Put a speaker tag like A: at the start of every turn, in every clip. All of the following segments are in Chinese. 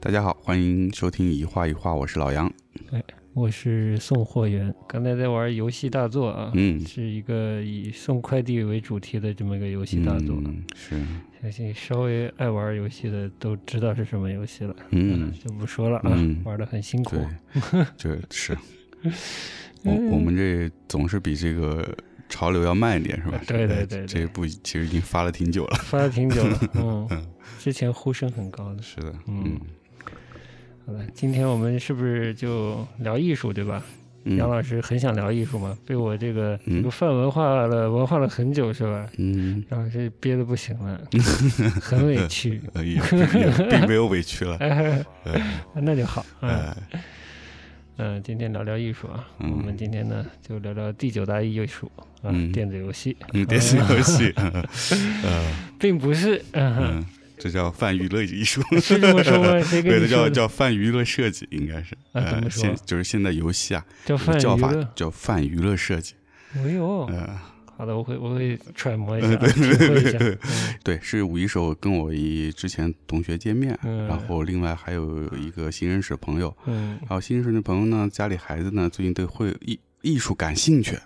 A: 大家好，欢迎收听一画一画，我是老杨。
B: 我是送货员，刚才在玩游戏大作啊，
A: 嗯
B: 是一个以送快递为主题的这么一个游戏大作，
A: 嗯， 是，
B: 相信稍微爱玩游戏的都知道是什么游戏了，
A: 嗯，
B: 就不说了啊，
A: 嗯
B: 玩的很辛苦 嗯
A: 对， 这是我我们这总是比这个潮流要慢一点，是吧哎
B: 啊？ 对对对对
A: 这一步其实已经发了挺久 了。
B: 发了挺 久了，嗯，之前呼声很高的。
A: 是的，
B: 嗯
A: 嗯，
B: 好了，今天我们是不是就聊艺术，对吧？
A: 嗯
B: 杨老师很想聊艺术嘛，被我这个
A: 嗯
B: 这个泛文化了文化了很久是吧？
A: 嗯，
B: 然后这憋的不行了， 很委屈。
A: 呃，也并也并没有委屈了，
B: 哎，
A: 呃，
B: 那就好。嗯
A: 呃
B: 嗯，今天聊聊艺术啊，
A: 嗯
B: 我们今天呢就聊聊第九大艺术啊，
A: 嗯
B: 电子游戏，
A: 嗯，电子游 戏， 呃，
B: 并不是，嗯，
A: 嗯，这叫泛娱乐艺术，
B: 是这么说吗？谁
A: 对
B: 跟
A: 的，
B: 你
A: 叫
B: 说的？
A: 叫泛娱乐设计，应该是，
B: 啊怎
A: 呃，
B: 么说
A: 现就是现在游戏啊，
B: 叫
A: 这个
B: 泛
A: 叫
B: 娱
A: 法
B: 乐。
A: 叫泛娱乐设计，
B: 哎呦，
A: 呃。
B: 好的，我会我会揣摩一下，啊体会一下。嗯
A: 对，是五一时候跟我一之前同学见面，
B: 嗯
A: 然后另外还有一个新认识的朋友，
B: 嗯，
A: 然后新认识的朋友呢，家里孩子呢最近对会艺艺术感兴趣，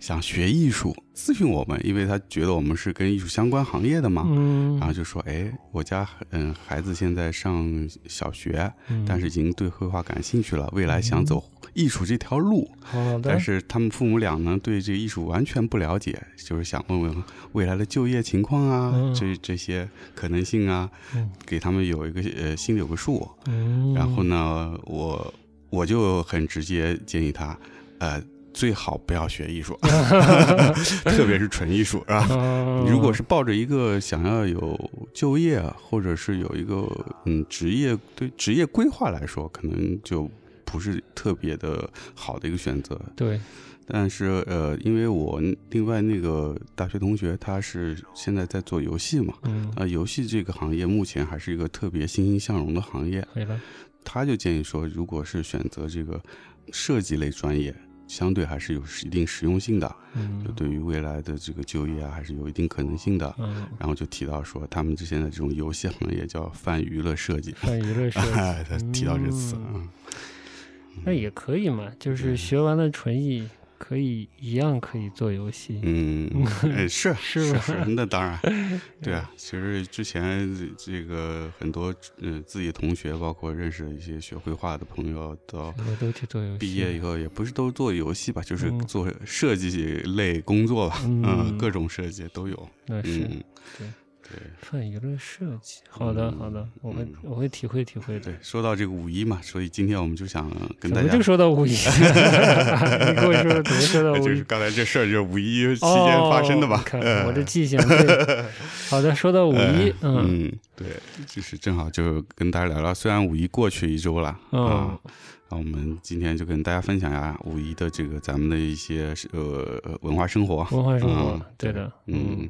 A: 想学艺术，咨询我们，因为他觉得我们是跟艺术相关行业的嘛，
B: 嗯
A: 然后就说，哎，我家嗯孩子现在上小学，
B: 嗯
A: 但是已经对绘画感兴趣了，未来想走艺术这条路，
B: 好的
A: 但，是他们父母俩呢，对这个艺术完全不了解，就是想问问未来的就业情况啊，
B: 嗯
A: 这这些可能性啊，
B: 嗯
A: 给他们有一个呃心里有个数。
B: 嗯，
A: 然后呢，我我就很直接建议他，呃，最好不要学 艺术， 特别是纯艺术啊。
B: 嗯，
A: 如果是抱着一个想要有就业，或者是有一个嗯职业对职业规划来说，可能就不是特别的好的一个选择。
B: 对，
A: 但是呃，因为我另外那个大学同学，他是现在在做游戏嘛，
B: 嗯
A: 啊、，游戏这个行业目前还是一个特别欣欣向荣的行业，
B: 可以了，
A: 他就建议说，如果是选择这个设计类专业，相对还是有一定实用性的，
B: 嗯
A: 就，对于未来的这个就业啊，还是有一定可能性的。
B: 嗯，
A: 然后就提到说，他们之前的这种游戏行业叫泛娱乐设计，
B: 泛娱乐设计。
A: 哎， 他提到这词，
B: 嗯
A: 嗯
B: 那也可以嘛，就是学完了纯艺，可以一样可以做游戏。
A: 嗯，哎是
B: 是
A: 是
B: 吧
A: 是，那当 然，对啊。其实之前这个很多嗯、呃自己的同学，包括认识的一些学绘画的朋友，到
B: 我都去做游戏。
A: 嗯毕业以后也不是都做游戏吧，就是
B: 嗯
A: 做设计类工作吧，
B: 嗯
A: 嗯，各种设计都有，
B: 那是
A: 嗯，
B: 对
A: 对。
B: 泛娱乐设计。好的，好的，我会
A: 嗯
B: 我会体会体会的
A: 对，。说到这个五一嘛，所以今天我们就想跟
B: 怎
A: 大
B: 么
A: 家
B: 就，说到五一？ 你跟我说怎么说到
A: 呃
B: 五
A: 就
B: 一
A: 是？刚才这事儿就是五一期间发生的
B: 哦
A: 吧
B: 你？看
A: 呃
B: 我这记性。对好的，说到五一，嗯
A: 嗯，对，就是正好就跟大家聊聊，虽然五一过去一周了，啊
B: 嗯，
A: 那我们今天就跟大家分享一下五一的这个咱们的一些呃文化生活，
B: 文化生活
A: 嗯，
B: 对的，
A: 嗯，，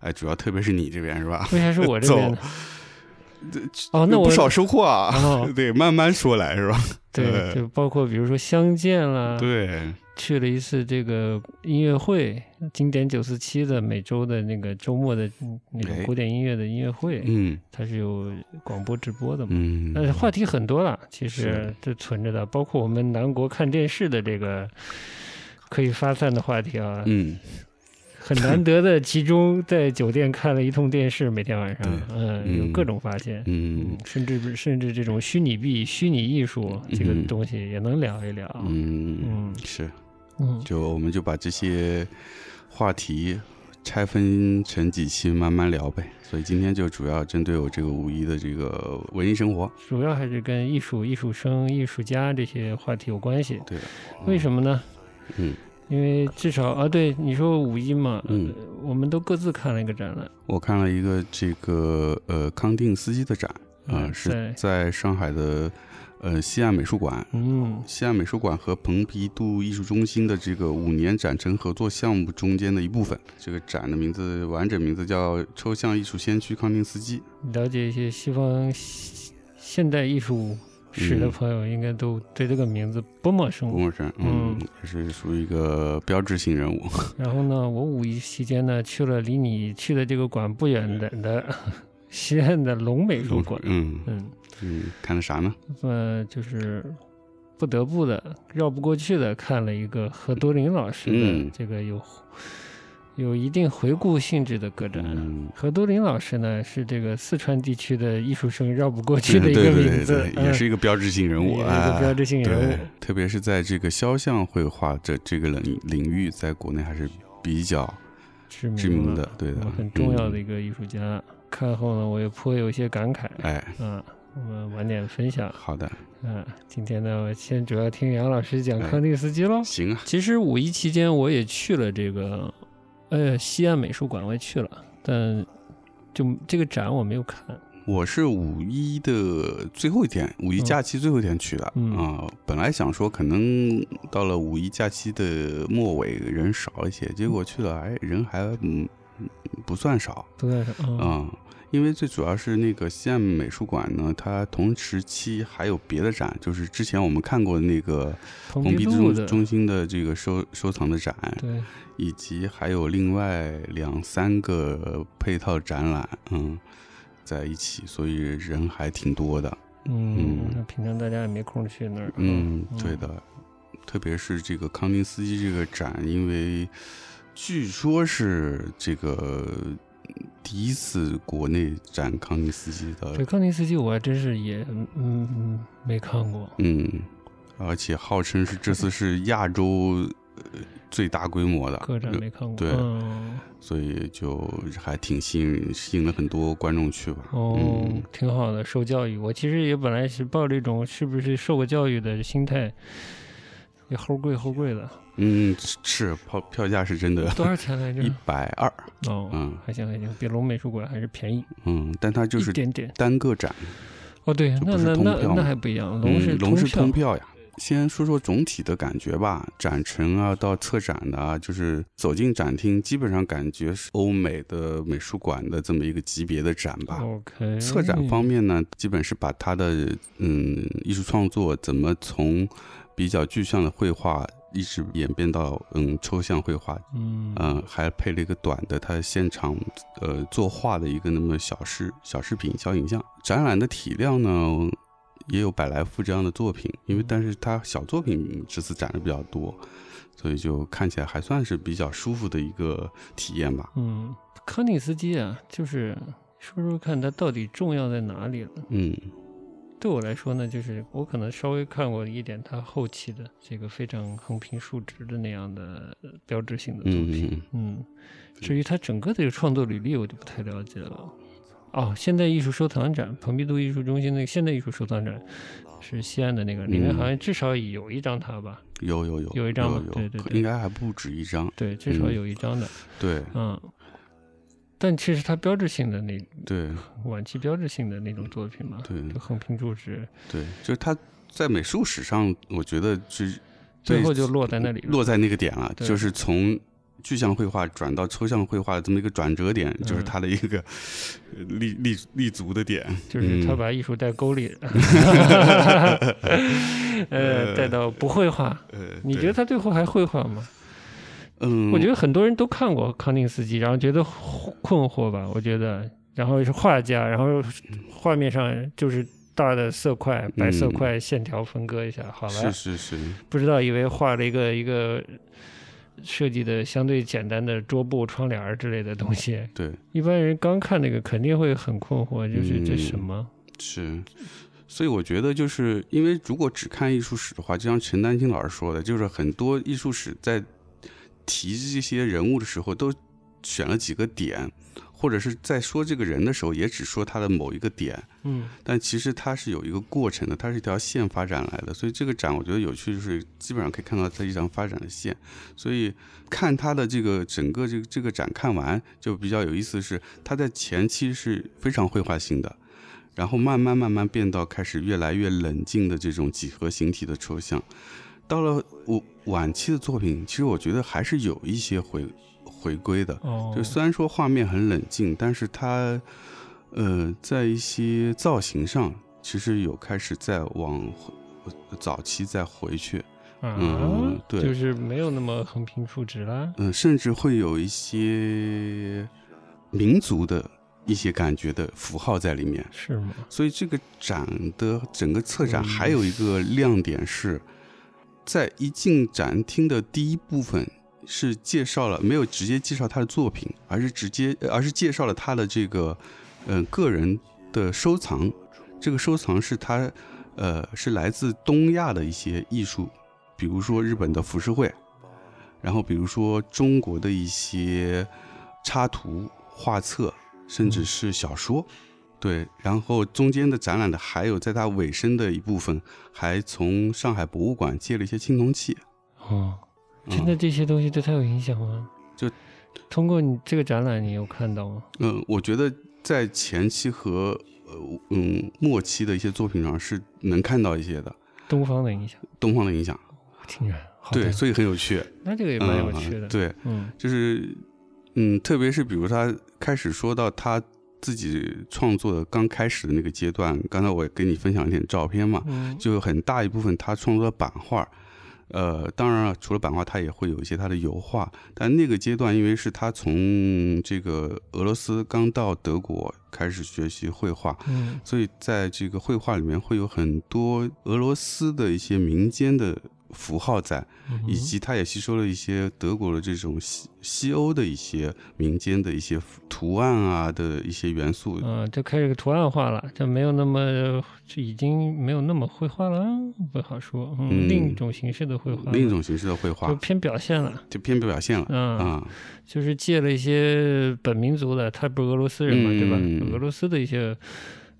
A: 哎，主要特别是你这边是吧？
B: 为啥是 我这边呢？哦，啊那
A: 有
B: 我
A: 不少收获啊
B: 哦，
A: 对，慢慢说来是吧？
B: 对，
A: 呃
B: 就包括比如说相见啦，
A: 对，
B: 去了一次这个音乐会，经典九四七的每周的那个周末的嗯那种
A: 哎
B: 古典音乐的音乐会，
A: 嗯
B: 它是有广播直播的嘛。
A: 嗯，
B: 但是话题很多了，其实
A: 是
B: 这存着的，包括我们南国看电视的这个可以发散的话题啊，
A: 嗯，
B: 很难得的集中在酒店看了一通电视，每天晚上
A: 对，
B: 嗯，
A: 嗯
B: 有各种发现，
A: 嗯，
B: 甚至甚至这种虚拟币、虚拟艺术这个
A: 嗯
B: 东西也能聊一聊，
A: 嗯，是，
B: 嗯，
A: 就我们就把这些话题拆分成几期慢慢聊呗。所以今天就主要针对我这个五一的这个文艺生活。
B: 主要还是跟艺术、艺术生、艺术家这些话题有关系。
A: 对的，
B: 为什么呢？
A: 哦嗯，
B: 因为至少啊，对你说五一嘛，
A: 嗯
B: 呃我们都各自看了一个展览，
A: 我看了一个这个呃康定斯基的展，啊、
B: 嗯
A: 是
B: 在
A: 在上海的呃西岸美术馆。
B: 嗯
A: 西岸美术馆和蓬皮杜艺术中心的这个五年展陈合作项目中间的一部分。这个展的名字完整名字叫《抽象艺术先驱康定斯基》。
B: 了解一些西方西现代艺术史的
A: 嗯
B: 朋友，应该都对这个名字不陌
A: 不
B: 生。
A: 陌生，
B: 嗯
A: 嗯，也是属于一个标志性人物。
B: 然后呢，我五一期间呢，去了离 你去的这个馆不远的的西安的龙美术馆，
A: 嗯
B: 嗯，
A: 嗯，看了啥呢？
B: 呃，就是不得不的绕不过去的看了一个何多林老师的
A: 嗯
B: 这个有、有一定回顾性质的个展。啊
A: 嗯，
B: 何多林老师呢，是这个四川地区的艺术生绕不过去
A: 对
B: 的一
A: 对
B: 个
A: 对
B: 名字
A: 对，，也
B: 嗯
A: 是一个标志性人物
B: 也是
A: 啊，
B: 一个标志性人物
A: 对，特别是在这个肖像绘画这这个领领域，在国内还是比较
B: 知名
A: 知名
B: 的
A: 的，对的，
B: 嗯很重要的
A: 嗯
B: 一个艺术家。看后呢，我也颇有一些感慨
A: 哎，
B: 啊，我们晚点分享
A: 好的，
B: 啊。今天呢，我先主要听杨老师讲
A: 哎
B: 康定斯基喽。
A: 行啊，
B: 其实五一期间我也去了这个，呃，西安美术馆我也去了，但就这个展我没有看。
A: 我是五一的最后一天，五一
B: 嗯
A: 假期最后一天去的啊、
B: 嗯
A: 本来想说可能到了五一假期的末尾人少一些，结果去了哎人还嗯不算少
B: 都在上
A: 啊、
B: 啊，
A: 因为最主要是那个西岸美术馆呢，它同时期还有别的展，就是之前我们看过的那个
B: 蓬
A: 红
B: 皮
A: 皮
B: 杜
A: 中
B: 的，嗯
A: 中心的这个收收藏的展，
B: 对，
A: 以及还有另外两三个配套展览，嗯，在一起，所以人还挺多的。
B: 嗯
A: 嗯，
B: 那平常大家也没空去那儿，
A: 嗯，对，的，特别是这个康定斯基这个展，因为据说是这个第一次国内展康定斯基
B: 这
A: 的，
B: 康定斯基我还真是也嗯嗯嗯没看过，
A: 嗯，而且号称是这次是亚洲呃最大规模的
B: 个展没看过，
A: 对
B: 嗯
A: 所以就还挺吸引吸引了很多观众去吧。
B: 哦
A: 嗯，
B: 挺好的，受教育。我其实也本来是抱着一种是不是受过教育的心态，也齁贵齁 贵的，
A: 嗯，是票票价是真的
B: 多少钱来着
A: 一？百二，
B: 哦，
A: 嗯
B: 还行还行，比龙美术馆还是便宜
A: 嗯，但它就
B: 一
A: 是
B: 点点。
A: 单个展，
B: 哦，对，
A: 就
B: 那
A: 不是
B: 那那
A: 通票
B: 那
A: 嘛
B: 还不一样，龙是
A: 嗯，龙是
B: 票
A: 通，票呀。先说说总体的感觉吧，展陈啊到策展的啊，就是走进展厅，基本上感觉是欧美的美术馆的这么一个级别的展吧。
B: OK，
A: 策展方面呢，基本是把他的嗯艺术创作怎么从比较具象的绘画，一直演变到嗯抽象绘画，
B: 嗯
A: 嗯、还配了一个短的他现场呃作画的一个那么小视小视频小影像。展览的体量呢也有百来幅这样的作品，因
B: 嗯
A: 为但是他小作品这次展的比较多，所以就看起来还算是比较舒服的一个体验吧。
B: 嗯，康定斯基啊，就是说说看他到底重要在哪里了。
A: 嗯
B: 对我来说呢，就是我可能稍微看过一点他后期的这个非常横平竖直的那样的呃标志性的作
A: 嗯
B: 品。
A: 嗯
B: 嗯，至于他整个这个创作履历，我就不太了解了。哦，现代艺术收藏展，蓬皮杜艺术中心那个现代艺术收藏展是西安的那个，里面
A: 嗯
B: 好像至少有一张他吧？
A: 有有有
B: 有一张吗
A: 有有
B: 对对
A: 可
B: 对
A: 应该还不止一张。
B: 对，至少
A: 嗯
B: 有一张的。
A: 对
B: 嗯，但其实他标志性的那
A: 对
B: 晚期标志性的那种作品嘛，
A: 对
B: 就横平竖直，
A: 对，就是他在美术史上，我觉得是
B: 最
A: 对
B: 后就落在那里了。
A: 落在那个点了，
B: 对
A: 就是从具象绘画转到抽象绘画的这么一个转折点，
B: 嗯
A: 就是他的一个呃立立立足的点。
B: 就是他
A: 嗯
B: 把艺术带沟里，
A: 嗯
B: 呃，带到不绘画。
A: 呃，
B: 你
A: 对
B: 觉得？他最后还绘画吗？
A: 嗯，
B: 我觉得很多人都看过康定斯基，然后觉得困惑吧。我觉得，然后是画家，然后画面上就是大的色块、白色块线条分割一下，好了
A: 是，是是，
B: 不知道以为画了一个一个设计的相对简单的桌布、窗帘儿之类的东西。
A: 对，嗯
B: 一般人刚看那个肯定会很困惑，就是这什么？
A: 是。所以我觉得，就是因为如果只看艺术史的话，就像陈丹青老师说的，就是很多艺术史在提这些人物的时候，都选了几个点，或者是在说这个人的时候，也只说他的某一个点。
B: 嗯
A: 但其实它是有一个过程的，它是一条线发展来的，所以这个展我觉得有趣，就是基本上可以看到它一张发展的线，所以看它的这个整个这个这个展看完就比较有意思是，它在前期是非常绘画性的，然后慢慢慢慢变到开始越来越冷静的这种几何形体的抽象，到了我晚期的作品，其实我觉得还是有一些回回归的，
B: 哦，
A: 就虽然说画面很冷静，但是它，呃，在一些造型上，其实有开始在往呃早期再回去，
B: 啊、
A: 嗯对
B: 就是没有那么横
A: 呃
B: 平竖直啦。
A: 嗯、甚至会有一些民族的一些感觉的符号在里面。
B: 是吗？
A: 所以这个展的整个策展还有一个亮点是，在一进展厅的第一部分是介绍了，没有直接介绍他的作品，而是直接呃而是介绍了他的这个嗯、呃个人的收藏。这个收藏是他呃是来自东亚的一些艺术，比如说日本的浮世绘，然后比如说中国的一些插图、画册，甚至是小说。对，然后中间的展览的还有在它尾声的一部分，还从上海博物馆借了一些青铜器。
B: 哦，
A: 嗯
B: 真的这些东西对他有影响吗？
A: 就
B: 通过你这个展览，你有看到吗？
A: 嗯、我觉得在前期和呃嗯末期的一些作品上是能看到一些的
B: 东方的影响，
A: 东方的影响。
B: 竟然好的
A: 对，所以很有趣，
B: 那这个也
A: 嗯
B: 蛮有趣的。，
A: 对，
B: 嗯
A: 就是嗯，特别是比如他开始说到他自己创作的刚开始的那个阶段，刚才我也跟你分享一点照片嘛，
B: 嗯，
A: 就有很大一部分他创作的版画，呃，当然了，除了版画，他也会有一些他的油画。但那个阶段，因为是他从这个俄罗斯刚到德国开始学习绘画，
B: 嗯
A: 所以在这个绘画里面会有很多俄罗斯的一些民间的符号在，
B: 嗯
A: 以及他也吸收了一些德国的这种西西欧的一些民间的一些图案啊的一些元素。
B: 嗯，就开始图案化了，就没有那么，就已经没有那么绘画了，不好说，嗯，
A: 嗯
B: 另一种形式的绘画，
A: 另一种形式的绘
B: 就
A: 画
B: 偏表现了，
A: 就偏表现了
B: 嗯，
A: 啊、
B: 就是借了一些本民族的，他不是俄罗斯人嘛，对吧？
A: 嗯
B: 俄罗斯的一些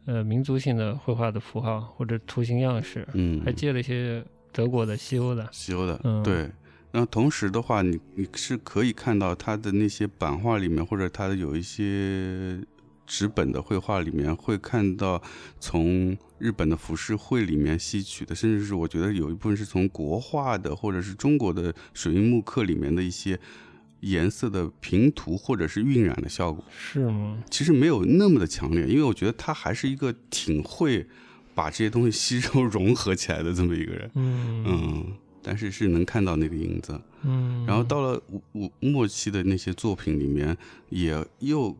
B: 呃民族性的绘画的符号或者图形样式，
A: 嗯，
B: 还借了一些德国的、西欧的，
A: 西欧的，
B: 嗯
A: 对。然后同时的话，你你是可以看到他的那些版画里面，或者他的有一些纸本的绘画里面，会看到从日本的浮世绘里面吸取的，甚至是我觉得有一部分是从国画的，或者是中国的水印木刻里面的一些颜色的平涂或者是晕染的效果。
B: 是吗？
A: 其实没有那么的强烈，因为我觉得他还是一个挺会把这些东西吸收 融合起来的这么一个人。
B: 嗯
A: 嗯，但是是能看到那个影子。
B: 嗯，
A: 然后到了五五末期的那些作品里面，也又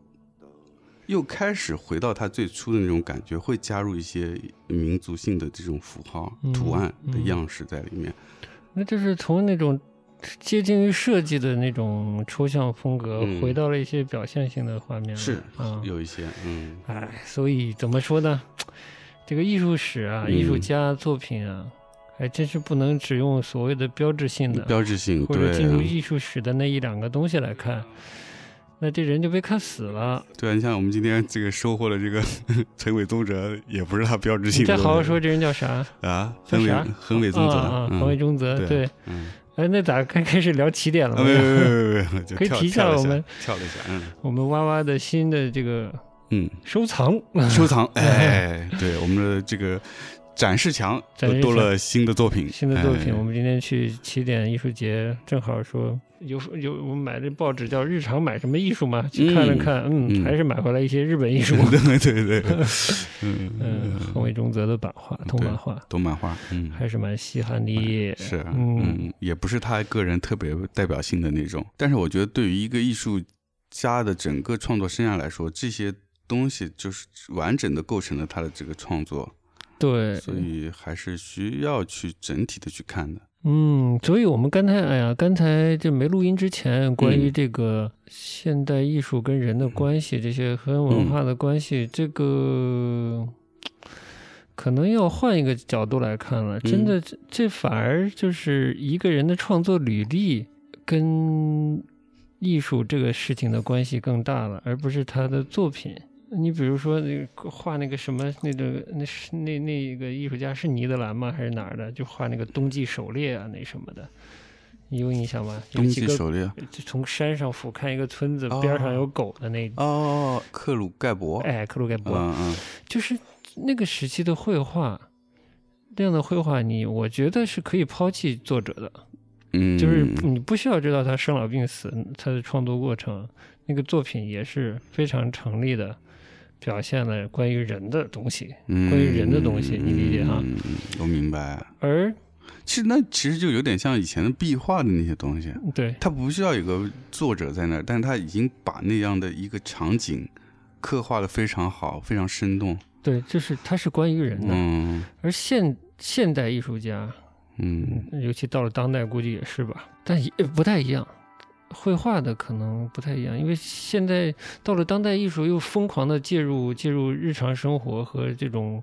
A: 又开始回到他最初的那种感觉，会加入一些民族性的这种符号
B: 嗯、
A: 图案的
B: 嗯
A: 样式在里面。
B: 那就是从那种接近于设计的那种抽象风格，
A: 嗯
B: 回到了一些表现性的画面了。
A: 是
B: 啊，
A: 有一些，嗯
B: 哎，所以怎么说呢？这个艺术史啊，
A: 嗯
B: 艺术家作品啊，还真是不能只用所谓的标志性的，
A: 标志性，
B: 嗯或者进入
A: 对啊
B: 艺术史的那一两个东西来看，那这人就被看死了。
A: 对啊，你像我们今天这个收获的这个 陈伟宗哲，也不是他标志
B: 你
A: 性的
B: 再
A: 东西。
B: 好好说，这人叫啥？
A: 啊，
B: 叫
A: 横伟
B: 啥
A: 横伟宗
B: 啊
A: 哲
B: 啊，，
A: 嗯
B: 黄伟中泽。
A: 对
B: 对，
A: 嗯，
B: 哎，那咋开开始聊起点了
A: 啊，没有没
B: 吗？
A: 有没有没有没有，就
B: 可以
A: 跳
B: 提一下
A: 跳了
B: 我们
A: 跳了一下，嗯
B: 我们哇哇的新的这个
A: 嗯。
B: 收藏，
A: 收藏，哎，对我们的这个展示墙
B: 展示
A: 又
B: 墙
A: 多了新的作品，
B: 新的作
A: 哎
B: 品，我们今天去起点艺术节，正好说有有我们买这报纸叫《日常买什么艺术》嘛，去看了看，
A: 嗯
B: 嗯，还是买回来一些日本艺术，
A: 对对 对，
B: 嗯，横尾中泽的版画、铜版画，
A: 动漫画，嗯，
B: 还是蛮稀罕的，
A: 哎是，
B: 嗯
A: 嗯，也不是他个人特别有代表性的那种，但是我觉得对于一个艺术家的整个创作生涯来说，这些东西就是完整的构成了他的这个创作，
B: 对，
A: 所以还是需要去整体的去看的，
B: 嗯，所以我们刚才，哎呀，刚才就没录音之前，关于
A: 嗯
B: 这个现代艺术跟人的关系，这些跟文化的关系，这个可能要换一个角度来看了。真的，这这反而就是一个人的创作履历跟艺术这个事情的关系更大了，而不是他的作品。你比如说那个画那个什么那个那是那那个艺术家是尼德兰吗？还是哪儿的？就画那个冬季狩猎啊那什么的，你有印象吗？有
A: 冬
B: 几
A: 季
B: 个
A: 狩猎，
B: 就从山上俯瞰一个村子
A: 哦
B: 边上有狗的那，
A: 哦，克鲁盖博，
B: 哎，克鲁盖博，
A: 嗯嗯，
B: 就是那个时期的绘画。那样的绘画你，我觉得是可以抛弃作者的，
A: 嗯，
B: 就是你不需要知道他生老病死，他的创作过程，那个作品也是非常成立的，表现了关于人的东西。
A: 关
B: 于人的东西你理解哈
A: 嗯，我明白。
B: 而
A: 其实那其实就有点像以前的壁画的那些东西，
B: 对
A: 它不需要有个作者在那儿，但是他已经把那样的一个场景刻画的非常好，非常生动。
B: 对，就是它是关于人的，
A: 嗯
B: 而现现代艺术家，
A: 嗯
B: 尤其到了当代，估计也是吧，但也不太一样。绘画的可能不太一样，因为现在到了当代艺术，又疯狂的介入介入日常生活和这种，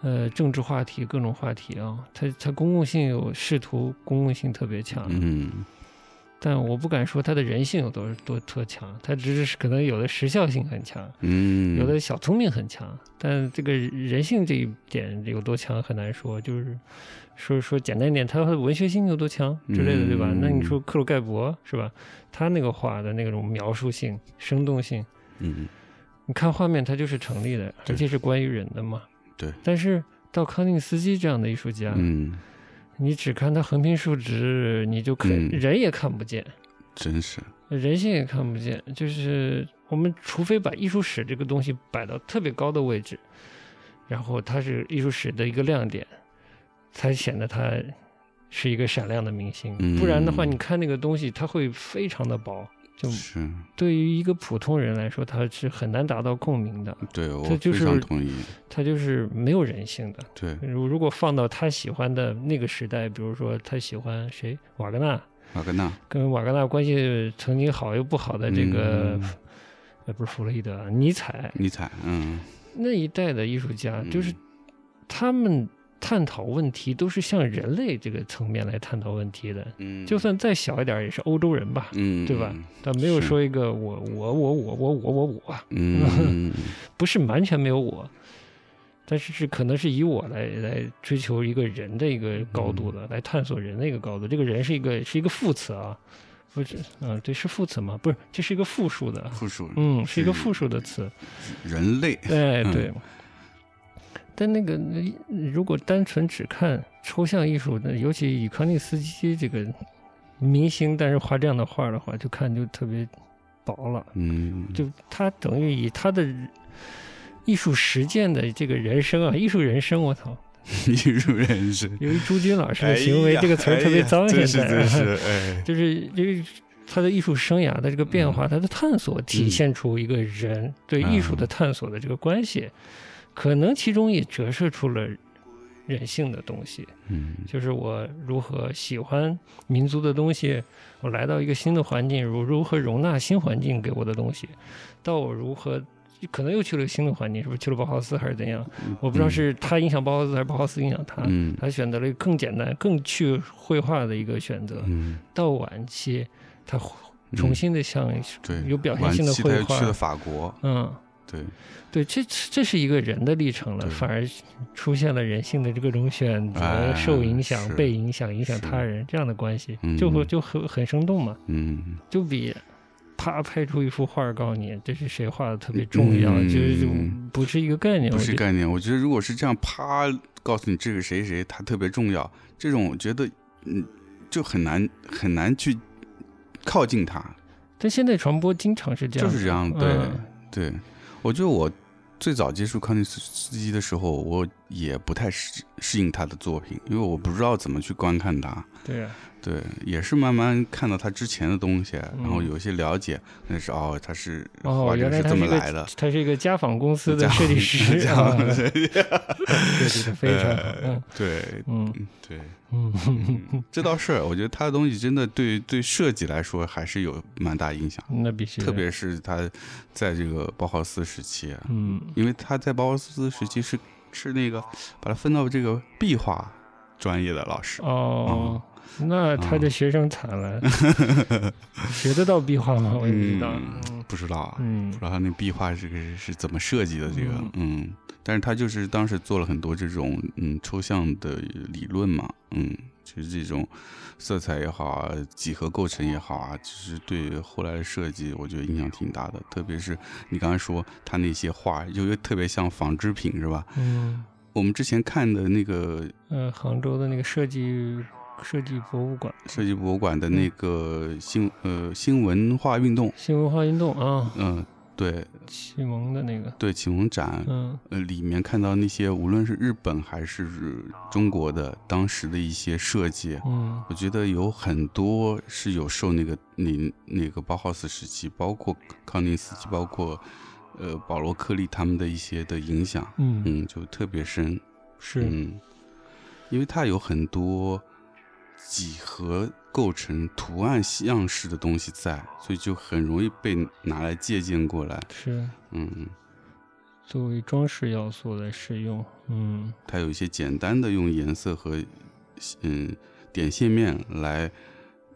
B: 呃，政治话题、各种话题啊，它它公共性有试图公共性特别强，
A: 嗯
B: 但我不敢说它的人性有多多多强，它只是可能有的时效性很强，
A: 嗯，
B: 有的小聪明很强，但这个人性这一点有多强很难说。就是说说简单一点，他的文学性有多强之类的，对吧
A: 嗯？
B: 那你说克鲁盖博是吧？他那个画的那种描述性、生动性，
A: 嗯
B: 你看画面它就是成立的，
A: 对
B: 而且是关于人的嘛。
A: 对。
B: 但是到康定斯基这样的艺术家，
A: 嗯，
B: 你只看他横平竖直，你就看、
A: 嗯
B: 人也看不见。
A: 真是
B: 人性也看不见，就是我们除非把艺术史这个东西摆到特别高的位置，然后它是艺术史的一个亮点，才显得它是一个闪亮的明星
A: 嗯。，
B: 不然的话，你看那个东西，它会非常的薄。就是对于一个普通人来说，它是很难达到共鸣的，
A: 对我
B: 这就
A: 非常
B: 是
A: 同意，
B: 它就是没有人性的。
A: 对
B: 如如果放到他喜欢的那个时代，比如说他喜欢谁，瓦格纳，
A: 瓦格纳，
B: 跟瓦格纳关系曾经好又不好的这个
A: 嗯
B: 呃，不是弗洛伊德啊，尼采
A: 尼采，嗯
B: 那一代的艺术家，啊就是
A: 嗯
B: 他们探讨问题都是向人类这个层面来探讨问题的，
A: 嗯，
B: 就算再小一点儿也是欧洲人吧，
A: 嗯，
B: 对吧但没有
A: 是
B: 说一个我我我我我我我我，
A: 嗯？嗯，
B: 不是完全没有我，但是是可能是以我来来追求一个人的一个高度
A: 嗯
B: 的，来探索人的一个高度。这个人是一个是一个副词啊，不是，嗯、对，是副词吗？不是，这是一个复数的，
A: 复数，
B: 嗯，是一个
A: 是
B: 复数的词。
A: 人类，
B: 哎，
A: 嗯
B: 对。但那个，如果单纯只看抽象艺术的，尤其以康定斯基这个明星，但是画这样的画的话，就看就特别薄了。
A: 嗯，
B: 就他等于以他的艺术实践的这个人生啊，艺术人生，我操！
A: 艺术人生，
B: 由于朱军老师的行为，这个词儿特别脏，现在、
A: 哎，
B: 就是因为他的艺术生涯的这个变化，他的探索体现出一个人对艺术的探索的这个关系，可能其中也折射出了人性的东西，
A: 嗯
B: 就是我如何喜欢民族的东西，我来到一个新的环境，如如何容纳新环境给我的东西，到我如何。可能又去了新的环境，是不是去了包豪斯还是怎样？我不知道是他影响包豪斯，还是包豪斯影响他。
A: 嗯
B: 他选择了一个更简单、更去绘画的一个选择。
A: 嗯，
B: 到晚期，他重新的向、
A: 对，
B: 有表现性的
A: 晚期
B: 绘
A: 他又去了
B: 画，
A: 法国，
B: 嗯，
A: 对，
B: 对，这这是一个人的历程了，
A: 对
B: 反而出现了人性的这各种选择、
A: 哎
B: 受影响
A: 是、
B: 被影响、影响
A: 是
B: 他人这样的关系，
A: 嗯
B: 就会就很很生动嘛，
A: 嗯，
B: 就比。啪拍出一幅画儿，告诉你这是谁画的特别重要，
A: 嗯
B: 就是就不是一个概念。
A: 不
B: 我
A: 是
B: 觉得
A: 概念。我觉得如果是这样，啪告诉你这个谁谁他特别重要，这种我觉得嗯就很难很难去靠近他，
B: 但现在传播经常是这样
A: 就
B: 的，
A: 是这样。对、
B: 嗯
A: 对，我觉得我最早接触康定斯斯基的时候，我也不太适适应他的作品，因为我不知道怎么去观看他。
B: 对啊，
A: 对，也是慢慢看到他之前的东西，然后
B: 嗯
A: 有一些了解，那是哦，他是
B: 哦
A: 画这
B: 原
A: 个
B: 来
A: 是
B: 他
A: 这
B: 是
A: 么
B: 个
A: 来的，
B: 他是一个家纺公司
A: 家
B: 的设计师，
A: 这
B: 啊
A: 样，
B: 设计的 非常好，嗯
A: 呃对
B: 嗯
A: 对，
B: 嗯
A: 嗯这倒是，我觉得他的东西真的对对设计来说还是有蛮大影响，
B: 嗯那必须的
A: 特别是他在这个包豪斯时期，啊
B: 嗯
A: 因为他在包豪斯时期是是那个把他分到这个壁画专业的老师，
B: 哦，那他的学生惨了， 学得到壁画吗？我也不知道，
A: 嗯不知道啊，
B: 嗯
A: 不知道他那壁画这个是是怎么设计的这个，嗯，但是他就是当时做了很多这种嗯抽象的理论嘛，嗯，就是这种色彩也好啊，几何构成也好啊，其实对后来的设计我觉得影响挺大的，特别是你刚才说他那些画，就又特别像纺织品是吧？
B: 嗯
A: 我们之前看的那个
B: 呃，杭州的那个设计设计博物馆
A: 设计博物馆的那个新呃新文化运动，
B: 新文化运动啊，
A: 嗯、对
B: 启蒙的那个，
A: 对，启蒙展，
B: 嗯
A: 呃，里面看到那些无论是日本还是中国的当时的一些设计，
B: 嗯
A: 我觉得有很多是有受那个那那个包豪斯时期，包括康定斯基，包括呃保罗克利他们的一些的影响，
B: 嗯，
A: 嗯，就特别深，
B: 是，
A: 嗯，因为它有很多几何构成图案样式的东西在，所以就很容易被拿来借鉴过来。
B: 是
A: 嗯，
B: 作为装饰要素来使用，嗯，
A: 它有一些简单的用颜色和嗯点线面来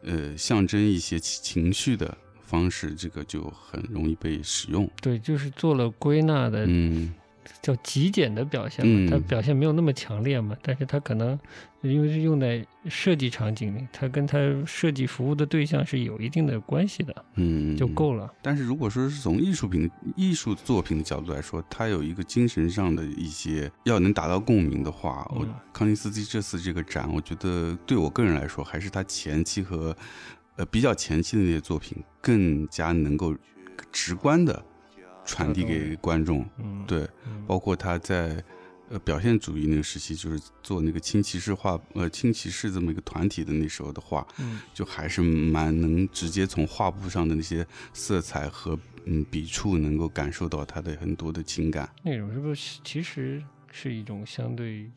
A: 呃象征一些情情绪的方式，这个就很容易被使用。
B: 对，就是做了归纳的
A: 嗯，
B: 叫极简的表现嘛，它
A: 嗯
B: 表现没有那么强烈嘛，但是它可能因为是用在设计场景里，它跟它设计服务的对象是有一定的关系的，
A: 嗯，
B: 就
A: 了。
B: 够了。
A: 但是如果说是从艺术品、艺术作品的角度来说，它有一个精神上的一些要能达到共鸣的话，
B: 嗯
A: 我康定斯基这次这个展，我觉得对我个人来说，还是他前期和呃比较前期的那些作品更加能够直观的传递给观众。
B: 嗯，
A: 对，
B: 嗯，
A: 包括他在呃表现主义那个时期，就是做那个轻骑士画，呃轻骑士这么一个团体的那时候的画，
B: 嗯
A: 就还是蛮能直接从画布上的那些色彩和嗯笔触，能够感受到他的很多的情感。
B: 那种是不是其实是一种相对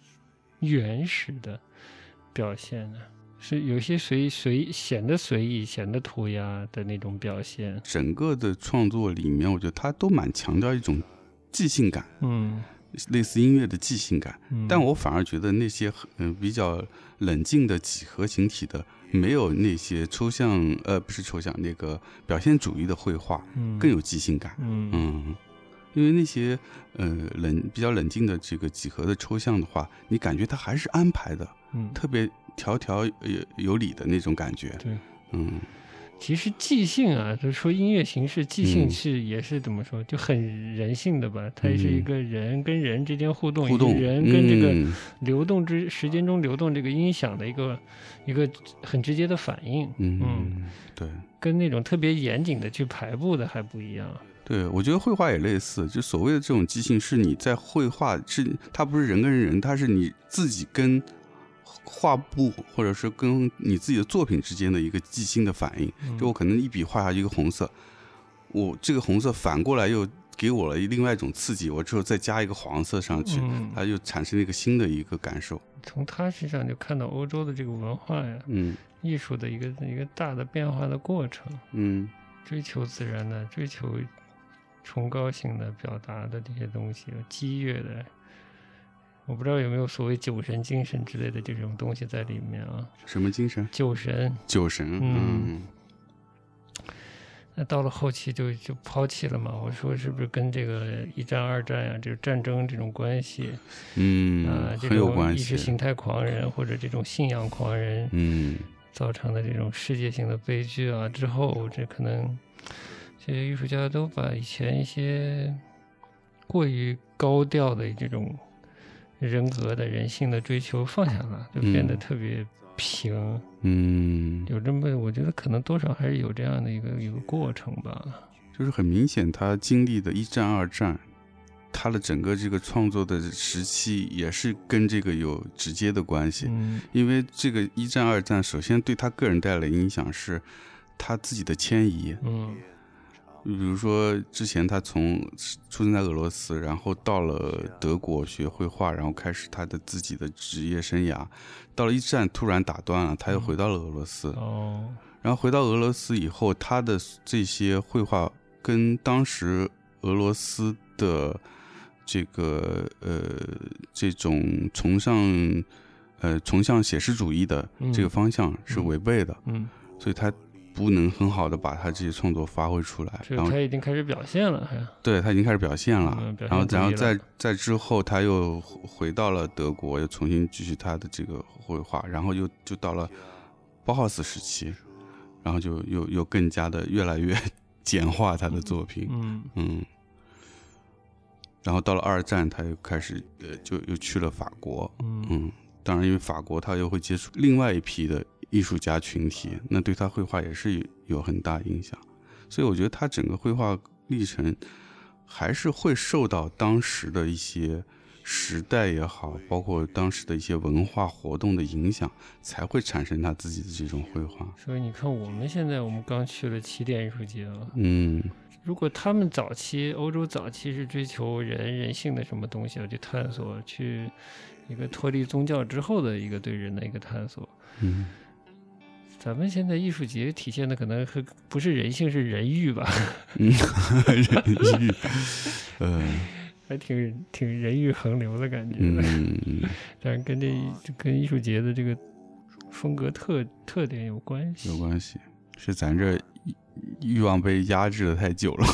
B: 原始的表现呢、是有些随随显得随意、显得涂鸦的那种表现。
A: 整个的创作里面，我觉得他都蛮强调一种即兴感，
B: 嗯，
A: 类似音乐的即兴感。
B: 嗯
A: 但我反而觉得那些嗯、呃比较冷静的几何形体的，没有那些抽象呃不是抽象那个表现主义的绘画
B: 嗯
A: 更有即兴感。
B: 嗯
A: 嗯，因为那些呃冷比较冷静的这个几何的抽象的话，你感觉它还是安排的，
B: 嗯，
A: 特别条条有有理的那种感觉。
B: 对。
A: 嗯
B: 其实即兴啊，就是说音乐形式即兴
A: 嗯
B: 是也是怎么说，就很人性的吧。它也是一
A: 嗯
B: 个人跟人之间互动，
A: 互动
B: 以及人跟这个
A: 嗯
B: 流动之时间中流动这个音响的一个一个很直接的反应。
A: 嗯
B: 嗯
A: 对
B: 跟那种特别严谨的去排布的还不一样。
A: 对，我觉得绘画也类似，就所谓的这种即兴，是你在绘画，是它不是人跟人，它是你自己跟画布或者是跟你自己的作品之间的一个即兴的反应。
B: 嗯
A: 就我可能一笔画下一个红色，我这个红色反过来又给我了另外一种刺激，我之后再加一个黄色上去，
B: 嗯
A: 它又产生了一个新的一个感受。
B: 从他身上就看到欧洲的这个文化呀、
A: 嗯
B: 艺术的一个一个大的变化的过程，
A: 嗯
B: 追求自然的，追求崇高性的表达的这些东西，激越的。我不知道有没有所谓酒神精神之类的这种东西在里面啊。
A: 什么精神？
B: 酒神，
A: 酒神。
B: 嗯那到了后期就就抛弃了嘛。我说是不是跟这个一战、二战呀、这个战争这种关系，
A: 嗯
B: 啊，
A: 嗯，
B: 这
A: 很有
B: 种
A: 关
B: 意识
A: 系。
B: 形态狂人或者这种信仰狂人
A: 嗯
B: 造成的这种世界性的悲剧啊，之后这可能这些艺术家都把以前一些过于高调的这种人格的人性的追求放下了，就变得
A: 嗯
B: 特别平。
A: 嗯，
B: 有这么，我觉得可能多少还是有这样的一个一个过程吧。
A: 就是很明显，他经历的一战、二战，他的整个这个创作的时期也是跟这个有直接的关系。
B: 嗯
A: 因为这个一战、二战，首先对他个人带来的影响是他自己的迁移。
B: 嗯
A: 比如说，之前他从出生在俄罗斯，然后到了德国学绘画，然后开始他的自己的职业生涯。到了一战突然打断了，他又回到了俄罗斯。
B: 哦
A: 然后回到俄罗斯以后，他的这些绘画跟当时俄罗斯的这个呃这种崇尚呃崇尚写实主义的
B: 嗯
A: 这个方向是违背的，
B: 嗯，
A: 所以他不能很好的把他这些创作发挥出来。
B: 这
A: 然后
B: 他已经开始表现了，还
A: 对他已经开始表现了，
B: 嗯表现
A: 然后
B: 主义
A: 然后
B: 了
A: 在在之后他又回回到了德国，又重新继续他的这个绘画，然后又就到了包浩斯时期，然后就又又更加的越来越 简化他的作品，
B: 嗯
A: 嗯。然后到了二战，他又开始呃，就又去了法国，
B: 嗯
A: 嗯，当然，因为法国他又会接触另外一批的艺术家群体，那对他绘画也是有很大影响。所以我觉得他整个绘画历程还是会受到当时的一些时代也好，包括当时的一些文化活动的影响，才会产生他自己的这种绘画。
B: 所以你看，我们现在我们刚去了起点艺术节啊，
A: 嗯
B: 如果他们早期欧洲早期是追求人人性的什么东西啊，去探索，去一个脱离宗教之后的一个对人的一个探索，
A: 嗯，
B: 咱们现在艺术节体现的可能是不是人性是人欲吧，
A: 人欲，呃，
B: 还挺挺人欲横流的感觉。
A: 嗯，
B: 但是跟这跟艺术节的这个风格特特点有关系。
A: 有关系，是咱这欲欲望被压制的太久了。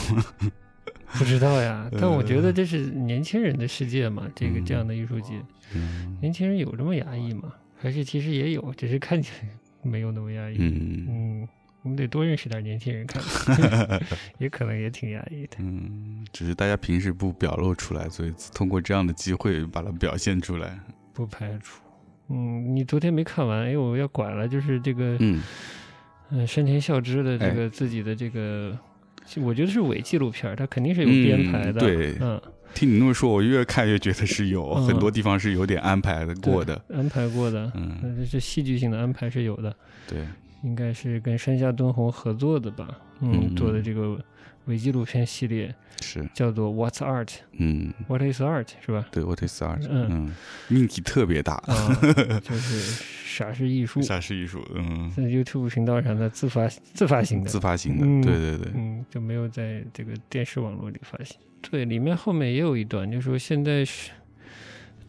B: 不知道呀，但我觉
A: 呃
B: 得这是年轻人的世界嘛，这个
A: 嗯
B: 这样的艺术节，
A: 嗯
B: 年轻人有这么压抑吗？还是其实也有，只是看起来没有那么压抑。
A: 嗯
B: 嗯我们得多认识点年轻人看， 也可能也挺压抑的。
A: 嗯，只是大家平时不表露出来，所以通过这样的机会把它表现出来。
B: 不排除。嗯，你昨天没看完，哎，我要拐了，就是这个，
A: 嗯
B: 嗯，山田孝之的这
A: 哎
B: 个自己的这个，是我觉得是伪纪录片儿，它肯定是有编排
A: 嗯
B: 的，
A: 对
B: 嗯，
A: 听你那么说，我越看越觉得是有、
B: 嗯
A: 很多地方是有点安排的过的。
B: 安排过的，
A: 嗯，
B: 嗯，这这戏剧性的安排是有的，
A: 对，
B: 应该是跟山下敦弘合作的吧，嗯，
A: 嗯
B: 做的这个伪纪录片系列
A: 是，
B: 叫做 What's Art,
A: 嗯，
B: What is Art 是 吧？
A: 对，What is art？
B: 嗯
A: 嗯，命题特别大，
B: 啊、就是啥是艺术，
A: 啥是艺术？嗯，
B: 在 YouTube 频道上的自发自发型的，
A: 自发型的，
B: 嗯
A: 对对对，
B: 嗯，就没有在这个电视网络里发现。对，里面后面也有一段，就说现在是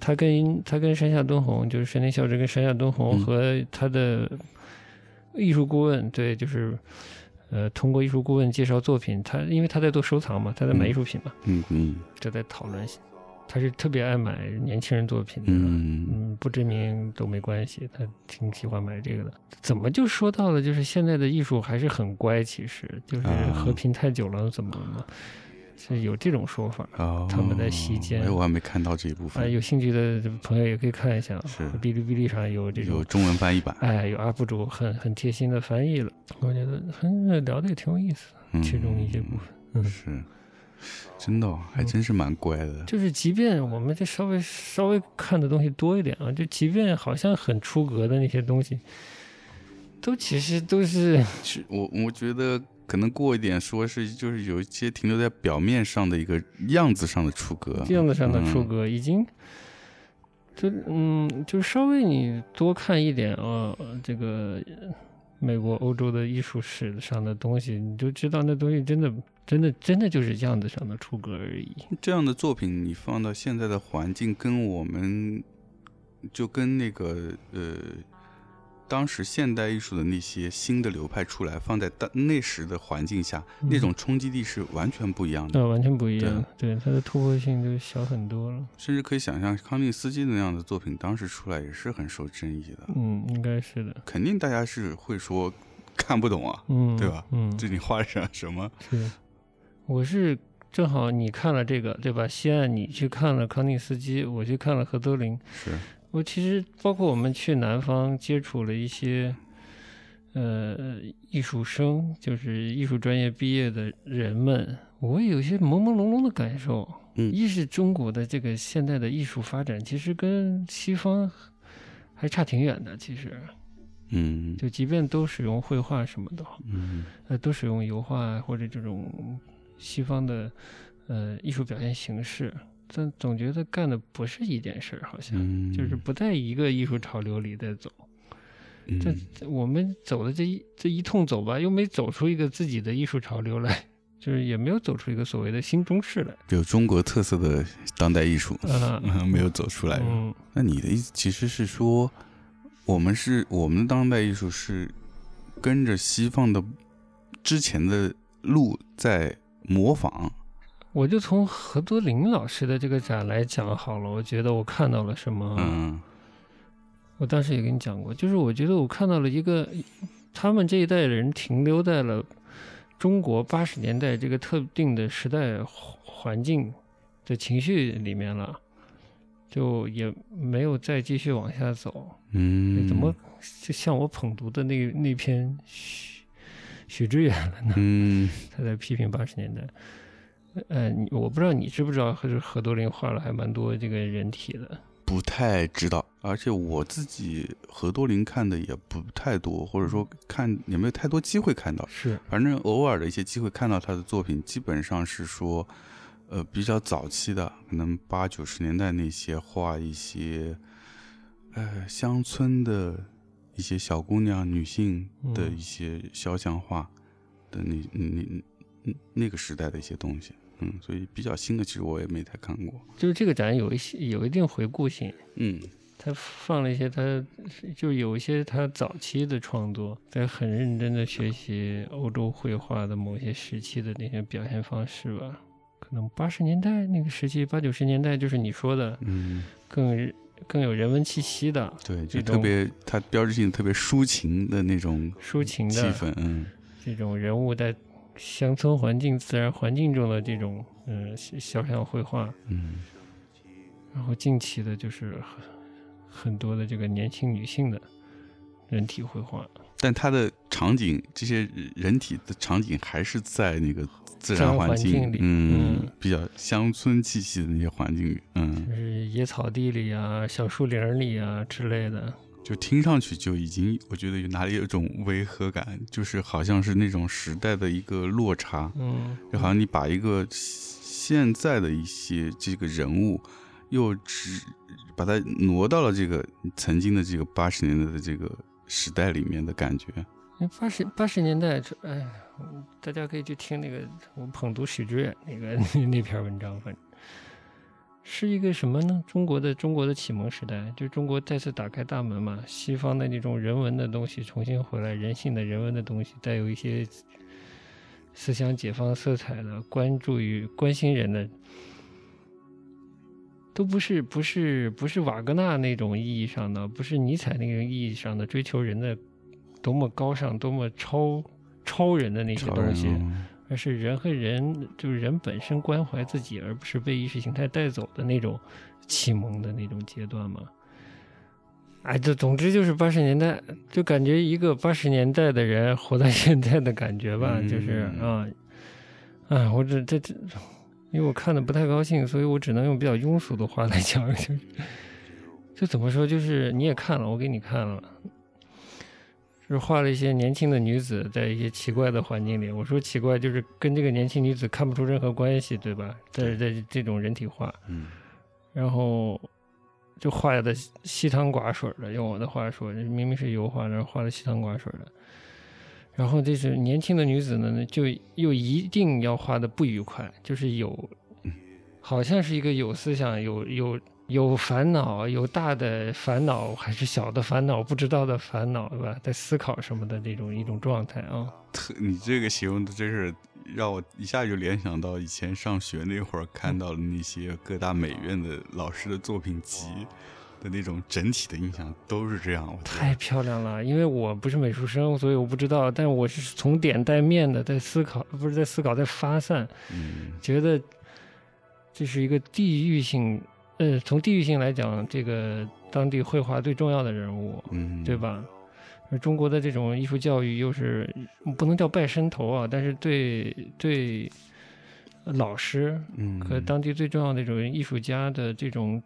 B: 他跟他跟山下敦弘，就是山田孝之跟山下敦弘
A: 嗯
B: 和他的艺术顾问，对，就是呃，通过艺术顾问介绍作品，他因为他在做收藏嘛，他在买
A: 嗯
B: 艺术品嘛，
A: 嗯嗯
B: 就在讨论。他是特别爱买年轻人作品的，
A: 嗯
B: 嗯，不知名都没关系，他挺喜欢买这个的。怎么就说到了？就是现在的艺术还是很乖，其实就是
A: 啊
B: 和平太久了，怎么了嘛？是有这种说法。
A: 哦，
B: 他们在席间
A: 哎，我还没看到这一部
B: 啊，
A: 分，
B: 有兴趣的朋友也可以看一下，啊
A: 是
B: 哔哩哔哩上有这
A: 有
B: 种，
A: 中文翻译版，
B: 哎，有 UP 主很很贴心的翻译了，我觉得很聊的也挺有意思的，
A: 嗯
B: 其中一些部分。嗯
A: 是，真的哦、还真是蛮乖的，
B: 就是即便我们这稍微稍微看的东西多一点啊，就即便好像很出格的那些东西，都其实都是
A: 是我我觉得可能过一点说是就是有一些停留在表面上的一个样子上的出格，
B: 样子上的出
A: 嗯
B: 格，已经就嗯，就稍微你多看一点啊、呃这个呃美国、欧洲的艺术史上的东西，你就知道那东西真的、真的、真的就是样子上的出格而已。
A: 这样的作品，你放到现在的环境，跟我们就跟那个呃，当时现代艺术的那些新的流派出来，放在当那时的环境下，
B: 嗯
A: 那种冲击力是完全不一样的。
B: 那呃完全不一样，对它的突破性就小很多了。
A: 甚至可以想象，康定斯基那样的作品，当时出来也是很受争议的，
B: 嗯，应该是的。
A: 肯定大家是会说看不懂啊，
B: 嗯，
A: 对吧？
B: 嗯，
A: 这你画上什么？
B: 是，我是正好你看了这个对吧？西岸你去看了康定斯基，我去看了何泽林。
A: 是，
B: 我其实包括我们去南方接触了一些，呃，艺术生，就是艺术专业毕业的人们，我有些朦朦胧胧的感受。
A: 嗯
B: 一是中国的这个现代的艺术发展，其实跟西方还差挺远的。其实，
A: 嗯
B: 就即便都使用绘画什么的，
A: 嗯
B: 呃，都使用油画或者这种西方的呃艺术表现形式，但总觉得干的不是一件事儿，好像、
A: 嗯，
B: 就是不在一个艺术潮流里在走。这
A: 嗯
B: 这我们走的这一这一通走吧，又没走出一个自己的艺术潮流来， 就是也没有走出一个所谓的新中式 来。
A: 有中国特色的当代艺术，
B: 啊，
A: 没有走出来。
B: 嗯，
A: 那你的意思其实是说，我们是我们的当代艺术是跟着西方的之前的路在模仿，
B: 我就从何多林老师的这个展来讲好了，我觉得我看到了什么啊。
A: 嗯
B: 我当时也跟你讲过，就是我觉得我看到了一个，他们这一代人停留在了中国八十年代这个特定的时代环环境的情绪里面了，就也没有再继续往下走。哎
A: 嗯，
B: 怎么就像我捧读的那那篇许许知远了呢？
A: 嗯
B: 他在批评八十年代，呃，你我不知道你知不知道，就是何多林画了还蛮多这个人体的。
A: 不太知道，而且我自己何多林看的也不太多，或者说看也没有太多机会看到。
B: 是，
A: 反正偶尔的一些机会看到他的作品，基本上是说，呃，比较早期的，可能八九十年代那些画一些，呃，乡村的一些小姑娘、女性的
B: 嗯
A: 一些肖像画的那、那那那个时代的一些东西。嗯，所以比较新的，其实我也没太看过。
B: 就是这个展有一些有一定回顾性，
A: 嗯，
B: 他放了一些他就有一些他早期的创作，在很认真的学习欧洲绘画的某些时期的那些表现方式吧。可能八十年代那个时期，八九十年代就是你说的，
A: 嗯，
B: 更更有人文气息的
A: 对，
B: 这
A: 就
B: 种
A: 特别，它标志性特别抒情的那种
B: 抒情
A: 气
B: 的
A: 氛，嗯
B: 这种人物在乡村环境、自然环境中的这种嗯肖肖像绘画。
A: 嗯
B: 然后近期的就是很很多的这个年轻女性的人体绘画，
A: 但它的场景，这些人体的场景还是在那个自
B: 自然
A: 然
B: 环
A: 境，
B: 境里
A: 嗯，
B: 嗯
A: 比较乡村气息的那些环境里，嗯
B: 就，是野草地里啊、小树林里啊之类的。
A: 就听上去就已经，我觉得有哪里有一种违和感，就是好像是那种时代的一个落差，
B: 嗯，
A: 就好像你把一个现在的一些这个人物，又只把它挪到了这个曾经的这个八十年代的这个时代里面的感觉，
B: 哎八十八十年代，这哎，大家可以去听那个我捧读许知远那个 那篇文章，反正是一个什么呢？中国的中国的启蒙时代，就中国再次打开大门嘛，西方的那种人文的东西重新回来，人性的人文的东西，带有一些思想解放色彩的，关注于关心人的。都不是不是不是瓦格纳那种意义上的，不是尼采那种意义上的追求人的多么高尚、多么超超人的那些
A: 超
B: 东
A: 人
B: 西，
A: 哦
B: 而是人和人，就是人本身关怀自己，而不是被意识形态带走的那种启蒙的那种阶段嘛。哎，这总之就是八十年代，就感觉一个八十年代的人活到现在的感觉吧，
A: 嗯
B: 就是啊，啊，我这这这，因为我看的不太高兴，所以我只能用比较庸俗的话来讲，就是，就怎么说，就是你也看了，我给你看了，就是画了一些年轻的女子在一些奇怪的环境里。我说奇怪，就是跟这个年轻女子看不出任何关系，对吧？但是在这种人体画，
A: 嗯。
B: 然后就画的稀汤寡水的，用我的话说，明明是油画，但是画的稀汤寡水的。然后这是年轻的女子呢，就又一定要画的不愉快，就是有，好像是一个有思想、有有有烦恼、有大的烦恼还是小的烦恼，不知道的烦恼，对吧？在思考什么的这种一种状态啊。
A: 特，你这个形容的真是让我一下就联想到以前上学那会儿
B: 嗯
A: 看到的那些各大美院的老师的作品集的那种整体的印象都是这样。我觉得
B: 太漂亮了，因为我不是美术生，所以我不知道，但我是从点带面的在思考，不是在思考，在发散，
A: 嗯
B: 觉得这是一个地域性，呃，从地域性来讲，这个当地绘画最重要的人物，
A: 嗯，
B: 对？吧？而中国的这种艺术教育又是不能叫拜山头啊，但是对对老师
A: 嗯，
B: 和当地最重要的一种艺术家的这种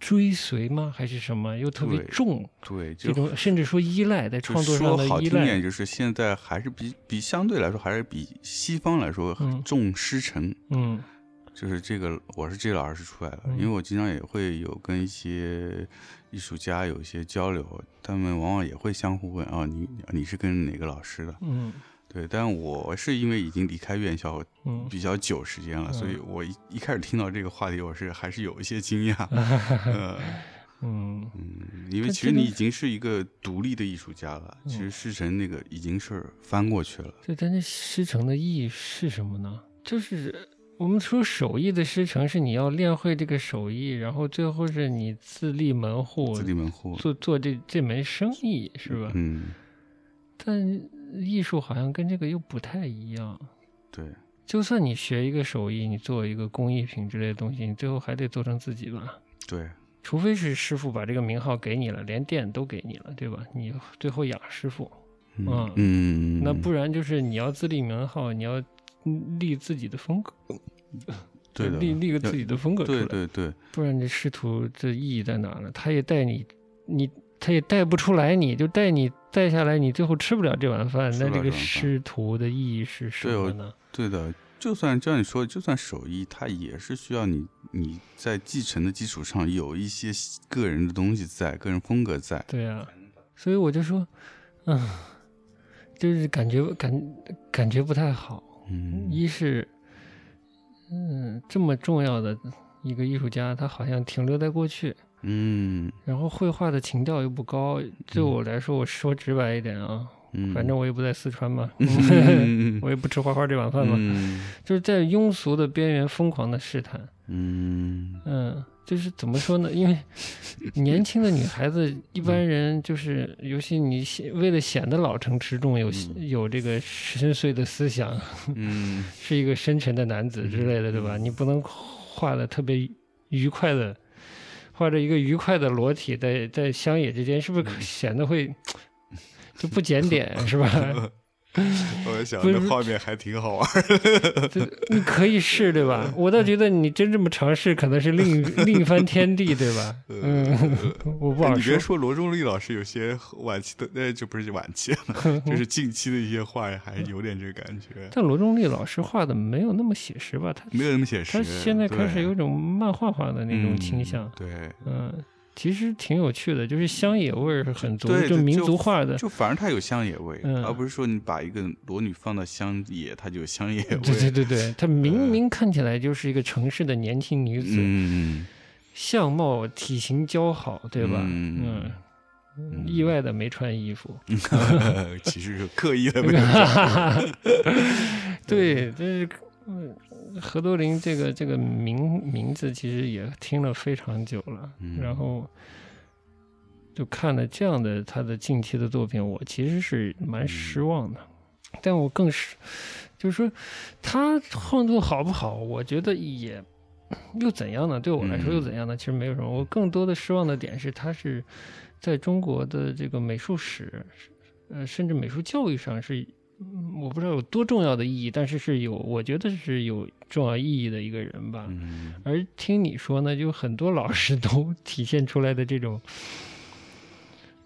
B: 追随吗？还是什么？又特别
A: 对
B: 重，
A: 嗯对，就
B: 这种甚至说依赖，在
A: 就
B: 创作上
A: 说
B: 的
A: 好
B: 依
A: 听
B: 赖
A: 点，。就是现在还是比比相对来说还是比西方来说
B: 嗯
A: 重师承，
B: 嗯
A: 就是这个，我是这个老师出来的，
B: 嗯
A: 因为我经常也会有跟一些艺术家有一些交流，他们往往也会相互问啊、你你是跟哪个老师的？
B: 嗯
A: 对，但我是因为已经离开院校
B: 嗯，
A: 比较久时间了，
B: 嗯
A: 所以我一一开始听到这个话题，我是还是有一些惊讶， 呃，
B: 嗯
A: 嗯，因为
B: 但
A: 其实
B: 这个
A: 你已经是一个独立的艺术家了，
B: 嗯
A: 其实师承那个已经是翻过去了，
B: 对，但这师承的意义是什么呢？就是我们说手艺的师承是你要练会这个手艺，然后最后是你自立门户
A: 自，立门户，
B: 做做这这门生意，是吧？
A: 嗯，
B: 但艺术好像跟这个又不太一样。
A: 对，
B: 就算你学一个手艺，你做一个工艺品之类的东西，你最后还得做成自己吧。
A: 对，
B: 除非是师傅把这个名号给你了，连店都给你了，对吧？你最后养师傅，
A: 嗯
B: 嗯
A: 嗯，
B: 那不然就是你要自立名号，你要立自己的风格，
A: 对的，
B: 立立个自己的风格出来，
A: 对对对，
B: 不然这师徒这意义在哪呢？他也带你，你他也带不出来你，就带你带下来，你最后吃不了这碗饭，
A: 吃不
B: 那
A: 了
B: 这
A: 这
B: 个
A: 碗饭
B: 师徒的意义是什
A: 对我
B: 么呢？
A: 对的，就算就像你说，就算手艺，它也是需要你你在继承的基础上有一些个人的东西在，个人风格在。
B: 对呀、所以我就说，嗯，就是感觉感感觉不太好。
A: 嗯，
B: 一是，嗯，这么重要的一个艺术家，他好像停留在过去，
A: 嗯
B: 然后绘画的情调又不高。对我来说，我说直白一点啊，
A: 嗯，
B: 反正我也不在四川嘛，
A: 嗯
B: 我也不吃花花这 碗饭嘛，
A: 嗯
B: 就是在庸俗的边缘疯狂的试探。
A: 嗯
B: 嗯，就是怎么说呢？因为年轻的女孩子，一般人就是，尤其你显为了显得老成持重，有有这个深邃的思想，
A: 嗯
B: 是一个深沉的男子之类的，对吧？你不能画的特别愉快的，画着一个愉快的裸体在在乡野之间，是不
A: 嗯
B: 是显得会就不检 点，是吧？
C: 我想
B: 不是
C: 那画面还挺好 玩。
B: 这你可以 试，对吧？我倒觉得你真这么尝 试，可能是另一另一番天地，对 吧？
A: 哎
B: 嗯，我不好
C: 哎你别
B: 说。
C: 说罗中立老师有些晚期的，那就不是晚期了， 就是近期的一些画，还是有点这个感觉，
B: 但罗中立老师画的没有那么写实吧？他
C: 没有那么写实。
B: 他现在开始
C: 对
B: 有种漫画化的那种倾向，
C: 对，
B: 嗯。其实挺有趣的，就是乡野味儿是很足，
A: 对
B: 就
A: 就
B: 民族化的，
A: 就反而它有乡野味，
B: 嗯
A: 而不是说你把一个裸女放到乡野，它就有乡野
B: 对对
A: 味。
B: 对对，她明明看起来就是一个城市的年轻女子，
A: 嗯，
B: 相貌体型姣好，对吧？嗯
A: 嗯，
B: 意外的没穿衣服，
A: 嗯
C: 其实是刻意的没有。
B: 对，这是。嗯，何多林这个这个名名字其实也听了非常久了，
A: 嗯
B: 然后就看了这样的他的近期的作品，我其实是蛮失望的。但我更是，就是说他创作好不好，我觉得也又怎样呢？对我来说
A: 嗯
B: 又怎样呢？其实没有什么。我更多的失望的点是，他是在中国的这个美术史，呃，甚至美术教育上是。嗯我不知道有多重要的意义，但是是有，我觉得是有重要意义的一个人吧。
A: 嗯
B: 而听你说呢，就很多老师都 体现出来的这种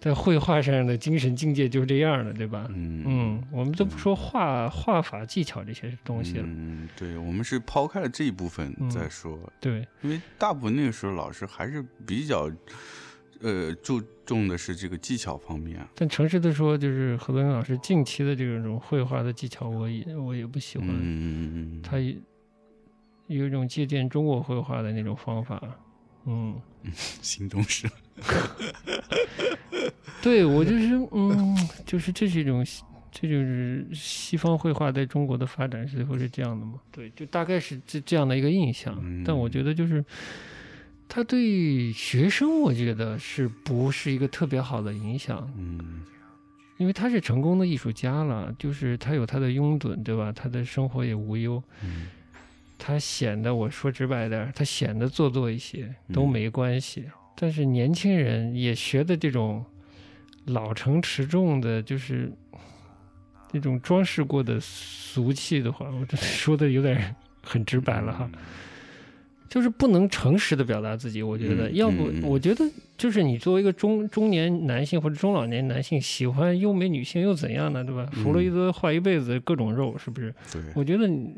B: 在绘画上的精神境界就是这样的，对吧？
A: 嗯
B: 嗯，我们都不说画画法技巧这些东西了，
A: 嗯，对，我们是抛开了这一部分
B: 嗯
A: 再说，
B: 对，
A: 因为大部分那个时候老师还是比较，呃，注重的是这个技巧方面。啊
B: 但诚实的说，就是何东老师近期的这种绘画的技巧，我也我也不喜欢，
A: 嗯，
B: 他也有一种借鉴中国绘画的那种方法。嗯，
C: 心中是
B: 对我就是，嗯，就是这是一种西，这就是西方绘画在中国的发展是会是这样的吗？对，就大概是这这样的一个印象。但我觉得就是，他对学生，我觉得是不是一个特别好的影响？
A: 嗯
B: 因为他是成功的艺术家了，就是他有他的拥趸，对吧？他的生活也无忧，
A: 嗯
B: 他显得我说直白点儿，他显得做作一些都
A: 嗯
B: 没关系。但是年轻人也学的这种老成持重的，就是那种装饰过的俗气的话，我
A: 嗯
B: 这说的有点很直白了哈。就是不能诚实的表达自己，我觉得，
A: 嗯
B: 要不
A: 嗯嗯
B: 我觉得就是你作为一个中中年男性或者中老年男性，喜欢优美女性又怎样呢？对吧？弗
A: 嗯
B: 洛伊德画一辈子各种肉，是不是？
A: 对，
B: 我觉得你，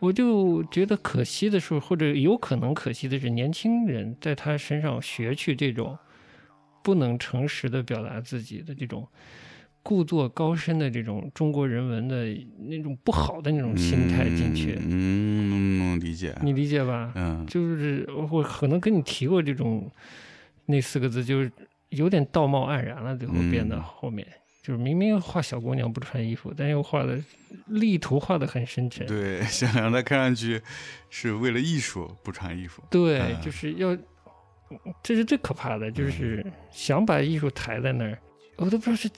B: 我就觉得可惜的是，或者有可能可惜的是，年轻人在他身上学去这种不能诚实的表达自己的这种故作高深的这种中国人文的那种不好的那种心态进去，
A: 嗯，理解。
B: 你理解吧？
A: 嗯
B: 就是我可能跟你提过这种那四个字，就是有点道貌岸然了，最后变到
A: 嗯
B: 后面。就是明明画小姑娘不穿衣服，但又画的力图画的很深沉，
C: 对，想让他看上去是为了艺术不穿衣服。
B: 对，
C: 嗯
B: 就是要，这是最可怕的，就是想把艺术抬在那儿，我都不知道是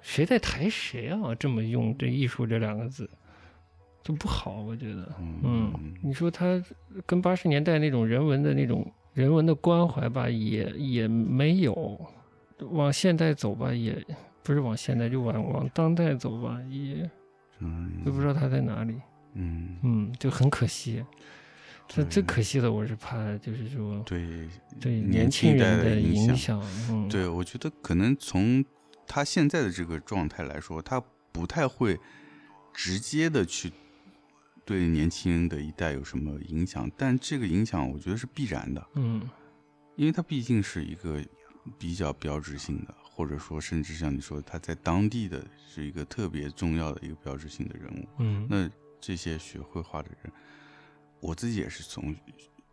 B: 谁在抬谁啊！这么用这“艺术”这两个字，就不好，我觉得。嗯，你说他跟八十年代那种人文的那种人文的关怀吧，也也没有；往现代走吧，也不是往现代，就往往当代走吧，也
A: 嗯
B: 都不知道他在哪里。
A: 嗯，
B: 嗯，就很可惜。这
A: 对
B: 最可惜的，我是怕就是说
A: 对
B: 对
A: 年
B: 年
A: 轻
B: 轻
A: 一代
B: 人
A: 的
B: 的
A: 影
B: 影
A: 响
B: 响。嗯，
A: 对，我觉得可能从他现在的这个状态来说，他不太会直接的去对年轻人的一代有什么影响，但这个影响我觉得是必然的，
B: 嗯
A: 因为他毕竟是一个比较标志性的，或者说甚至像你说，他在当地的是一个特别重要的一个标志性的人物。
B: 嗯
A: 那这些学绘画的人，我自己也是从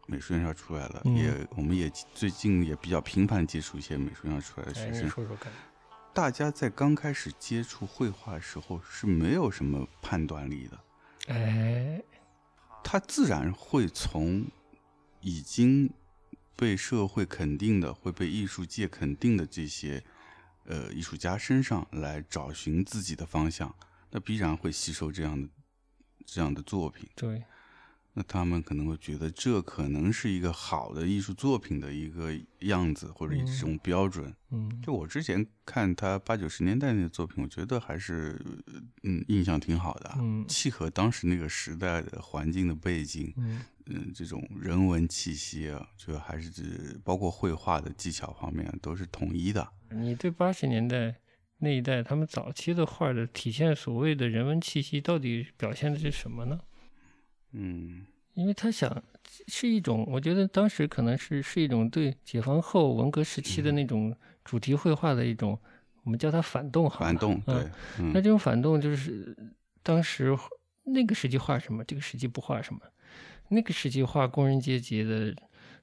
A: 美术院校出来的，
B: 嗯
A: 也我们也最近也比较频繁接触一些美术院校出来的
B: 哎，
A: 学
B: 你
A: 生。
B: 说说看，
A: 大家在刚开始接触绘画的时候是没有什么判断力的，
B: 哎，
A: 他自然会从已经被社会肯定的、会被艺术界肯定的这些呃艺术家身上来找寻自己的方向，那必然会吸收这样的这样的作品。
B: 对，
A: 那他们可能会觉得这可能是一个好的艺术作品的一个样子或者一
B: 嗯
A: 种标准。
B: 嗯，
A: 就我之前看他八九十年代那个作品，我觉得还是嗯印象挺好的啊，
B: 嗯
A: 契合当时那个时代的环境的背景，
B: 嗯
A: 嗯，这种人文气息啊，就还是指包括绘画的技巧方面都是统一的。
B: 你对八十年代那一代他们早期的画的体现所谓的人文气息，到底表现的是什么呢？
A: 嗯
B: 因为他想是一种，我觉得当时可能是是一种对解放后文革时
A: 嗯
B: 期的那种主题绘画的一种，我们叫它反动好了，
A: 反动，
B: 嗯
A: 对，嗯
B: 那这种反动就是当时那个时期画什么，这个时期不画什么，那个时期画工人阶级的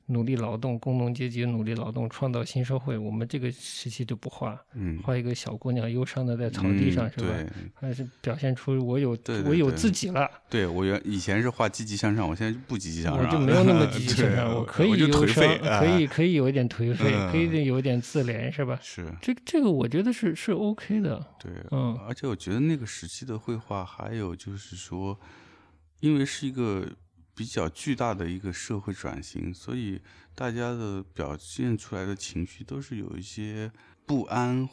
B: 努力劳动，工农阶级的努力劳动，创造新社会，我们这个时期就不画，
A: 嗯，
B: 画一个小姑娘忧伤的在草地上，
A: 嗯
B: 是吧？
A: 对
B: 还是表现出我有
A: 对对
B: 我有
A: 对
B: 自己了，
A: 对，我原以前是画积极向上，我现在就不积极向上
B: 我
A: 了，
B: 就没 有那么积极
C: 对
B: 向上，
C: 我
B: 可以
C: 我就
B: 忧
C: 颓
B: 伤
C: 废，
A: 啊
B: 可以可以有一点颓废，
C: 嗯
B: 可以有一点自怜，是吧？
A: 是
B: 这这个我觉得是是 OK 的，
A: 对，
B: 嗯
A: 而且我觉得那个时期的绘画，还有就是说，因为是一个比较巨大的一个社会转型，所以大家的表现出来的情绪都是有一些不安，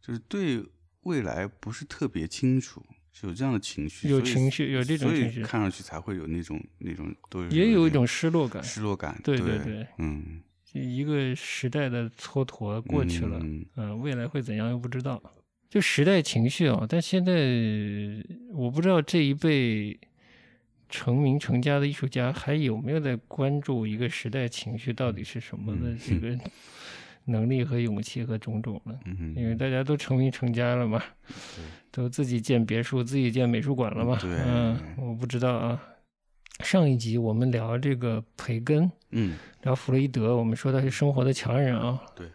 A: 就是对未来不是特别清楚，是有这样的情绪，
B: 有
A: 所以
B: 情绪有这种
A: 所以
B: 情绪
A: 看上去才会有那种那种都
B: 也有一
A: 点
B: 种失落感，
A: 失落感，
B: 对
A: 对
B: 对对
A: 嗯，
B: 一个时代的蹉跎过去了，嗯、
A: 嗯
B: 未来会怎样又不知道。就时代情绪啊，但现在呃我不知道这一辈成名成家的艺术家还有没有在关注一个时代情绪到底是什么的
A: 嗯
B: 这个 能力和勇气和种种了。
A: 嗯，
B: 因为大家都成名成家了嘛， 都自己建别墅、自己建美术馆了嘛。
A: 对
B: 嗯，我不知道啊。上一集我们聊这个培根，
A: 嗯
B: 聊弗洛伊德，我们说他是生活的强人啊，
A: 对，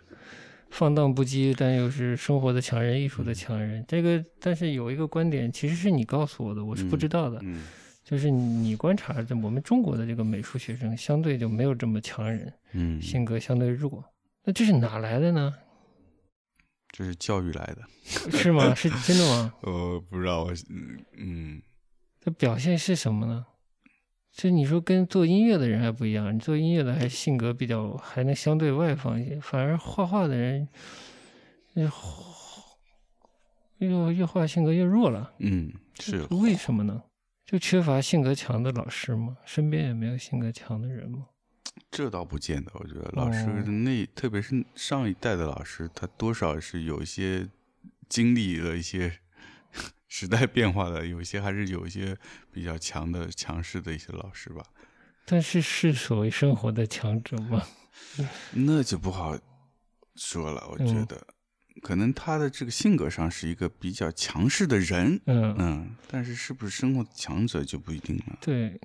B: 放荡不羁，但又是生活的强人，艺术
A: 嗯
B: 的强人。这个，但是有一个观点，其实是你告诉我的，我是不知道的，
A: 嗯
B: 就是你观察着我们中国的这个美术学生，相对就没有这么强人，
A: 嗯，
B: 性格相对弱。那这是哪来的呢？
A: 这是教育来的，
B: 是吗？是真的吗？
C: 我呃不知道，我嗯嗯，
B: 这表现是什么呢？这你说跟做音乐的人还不一样，你做音乐的还性格比较还能相对外放一些，反而画画的人，呃越越画性格越弱了，
A: 嗯，是
B: 为什么呢？就缺乏性格强的老师吗？身边也没有性格强的人吗？
A: 这倒不见得，我觉得老师
B: 哦
A: 那、特别是上一代的老师，他多少是有一些经历了一些时代变化的，有一些还是有一些比较强的强势的一些老师吧，
B: 但是是所谓生活的强者吗？
A: 那就不好说了。我
B: 嗯
A: 觉得、可能他的这个性格上是一个比较强势的人，
B: 嗯，
A: 嗯，但是是不是生活的强者就不一定了，
B: 对，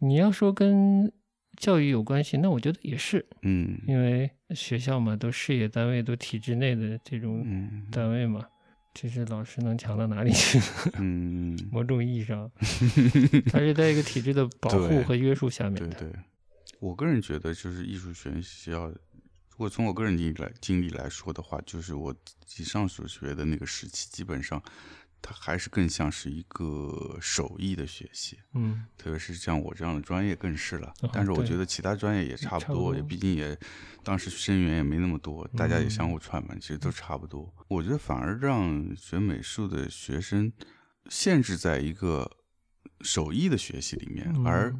B: 你要说跟教育有关系，那我觉得也是，
A: 嗯
B: 因为学校嘛，都事业单位，都体制内的这种
A: 嗯
B: 单位嘛，其实老师能强到哪里去？
A: 嗯，
B: 某种意义 上，他是在一个体制的保护
A: 对
B: 和约束下面
A: 对
B: 的。
A: 对，我个人觉得就是艺术学院学校，如果从我个人经历来经历来说的话，就是我自己上所学的那个时期，基本上它还是更像是一个手艺的学习，
B: 嗯
A: 特别是像我这样的专业更是了。
B: 嗯
A: 但是我
B: 对
A: 觉得其他专业也差
B: 差
A: 不
B: 不
A: 多，
B: 多
A: 也毕竟也当时生源也没那么多，大家也
B: 嗯
A: 相互串门，其实都差不多。我觉得反而让学美术的学生限制在一个手艺的学习里面，
B: 嗯
A: 而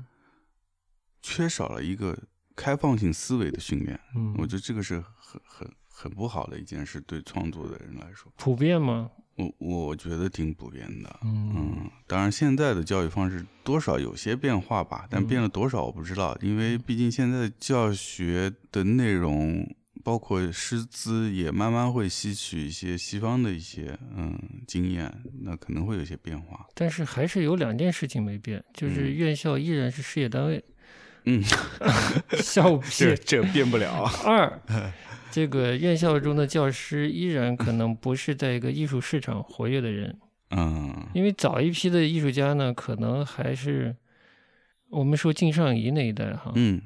A: 缺少了一个开放性思维的训练。
B: 嗯，
A: 我觉得这个是很很很不好的一件事，对创作的人来说，
B: 普遍嘛，
A: 我我觉得挺普遍的。
B: 嗯
A: 嗯，当然现在的教育方式多少有些变化吧，但变了多少我不知道，因为毕竟现在教学的内容，包括师资，也慢慢会吸取一些西方的一些嗯经验，那可能会有一些变化。
B: 但是还是有两件事情没变，就是
A: 嗯
B: 院校依然是事业单位，
A: 嗯，
B: 校 务批
C: 这这变不了。
B: 二，这个院校中的教师依然可能不是在一个艺术市场活跃的人，
A: 嗯
B: 因为早一批的艺术家呢，可能还是我们说靳尚仪那一代哈，
A: 嗯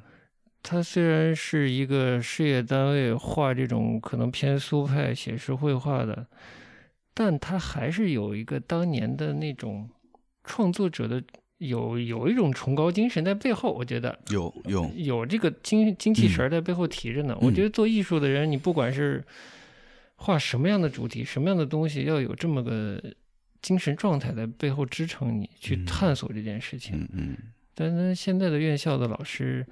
B: 他虽然是一个事业单位画这种可能偏苏派写实绘画的，但他还是有一个当年的那种创作者的有有一种崇高精神在背后，我觉得
A: 有有，
B: 有这个精精气
A: 嗯
B: 神儿在背后提着呢。我觉得做艺术的人，你不管是画什么样的主题、什么样的东西，要有这么个精神状态在背后支撑你去
A: 嗯
B: 探索这件事情。
A: 嗯嗯
B: 但是现在的院校的老师，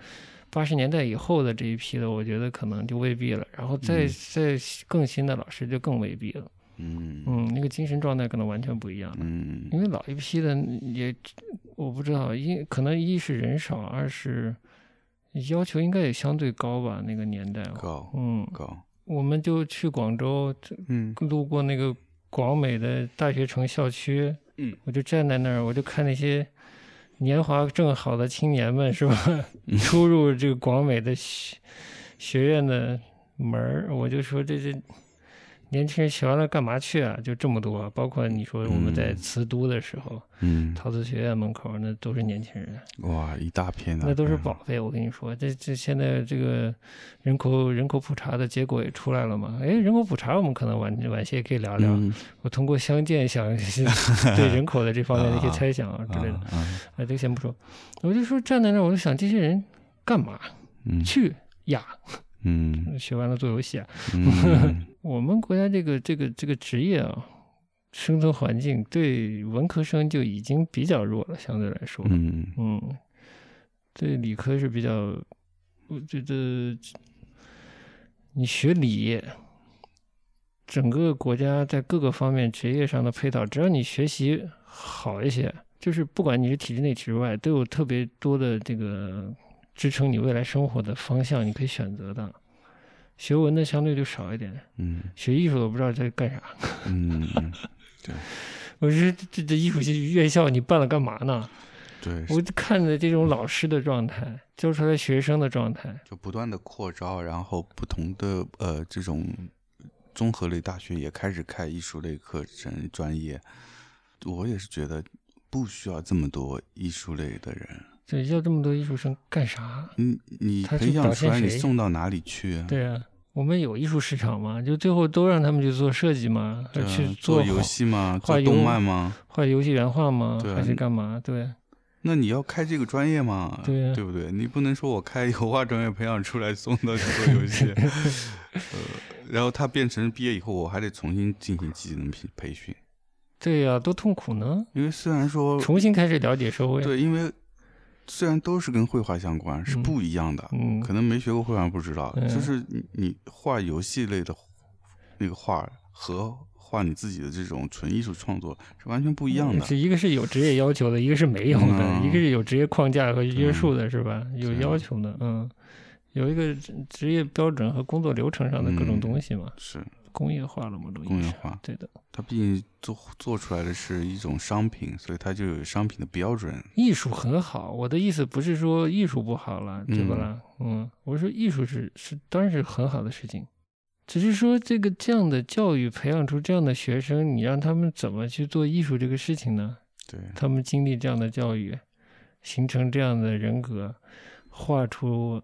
B: 八十年代以后的这一批的，我觉得可能就未必了。然后再、
A: 嗯
B: 再更新的老师就更未必了。
A: 嗯
B: 嗯，那个精神状态可能完全不一样了。
A: 嗯
B: 因为老一批的也，我不知道，一可能一是人少，二是要求应该也相对高吧，那个年代。
A: 高
B: 嗯，
A: 高，
B: 我们就去广州，
C: 嗯
B: 路过那个广美的大学城校区，
A: 嗯，
B: 我就站在那儿，我就看那些年华正好的青年们，是吧？
A: 嗯
B: 出入这个广美的学学院的门儿，我就说这这年轻人学完了干嘛去啊？就这么多，包括你说我们在
A: 嗯
B: 瓷都的时候，
A: 嗯
B: 陶瓷学院门口那都是年轻人，
A: 哇一大片啊嗯的，
B: 那都是宝贝。我跟你说，这这现在这个人口人口普查的结果也出来了嘛？哎，人口普查我们可能晚晚些也可以聊聊。
A: 嗯
B: 我通过相 见想 对人口的这方面的一些猜想啊之类的，
A: 啊啊
B: 哎，这个先不说。我就说站在那儿，我就想这些人干嘛
A: 嗯
B: 去呀？
A: 嗯
B: 学完了做游戏啊？
A: 嗯
B: 我们国家这个这个这个职业啊，生存环境对文科生就已经比较弱了，相对来说，
A: 嗯
B: 嗯，对理科是比较，我觉得你学理，整个国家在各个方面职业上的配套，只要你学习好一些，就是不管你是体制内、体制外，都有特别多的这个支撑你未来生活的方向，你可以选择的。学文的相对就少一点，
A: 嗯
B: 学艺术的我不知道在干啥。
A: 嗯嗯，
B: 我说这这这艺术系院校你办了干嘛呢？
A: 对，
B: 我就看着这种老师的状态，教出来学生的状态，
A: 就不断的扩招，然后不同的呃这种综合类大学也开始开艺术类课程专业。我也是觉得不需要这么多艺术类的人，
B: 对，要这么多艺术生干啥？
A: 你你
B: 他
A: 培
B: 去
A: 养
B: 表
A: 出
B: 现
A: 来，你
B: 谁
A: 送到哪里去啊？
B: 对啊，我们有艺术市场嘛，就最后都让他们去做设计嘛，
A: 对啊，
B: 去
A: 做
B: 画
A: 游、戏吗？
B: 画
A: 做
B: 游
A: 动漫吗？
B: 画游戏原画嘛，
A: 对啊
B: 还是干嘛？对，
A: 那你要开这个专业嘛？
B: 对啊
A: 不对？你不能说我开油画专业培养出来送到去做游 戏，呃，然后他变成毕业以后，我还得重新进行技能培培训，
B: 对呀、多痛苦呢！
A: 因为虽然说
B: 重新开始了解社会，
A: 对，因为虽然都是跟绘画相关，是不一样的，
B: 嗯
A: 可能没学过绘画不知道，
B: 嗯
A: 就是你你画游戏类的那个画和画你自己的这种纯艺术创作是完全不一样的，
B: 是一个是有职业要求的，一个是没有的，
A: 嗯
B: 一个是有职业框架和约束的，是吧？有
A: 对啊
B: 要求的，嗯，有一个职职业标准和工作流程上的各种
A: 嗯
B: 东西嘛，
A: 是
B: 工业化了嘛，都已
A: 工
B: 经
A: 业
B: 是
A: 化。
B: 对的。
A: 它毕竟做做出来的是一种商品，所以它就有商品的标准。
B: 艺术很好，我的意思不是说艺术不好了，对不啦？嗯，我说艺术是是当然是很好的事情，只是说这个这样的教育培养出这样的学生，你让他们怎么去做艺术这个事情呢？
A: 对，
B: 他们经历这样的教育，形成这样的人格，画出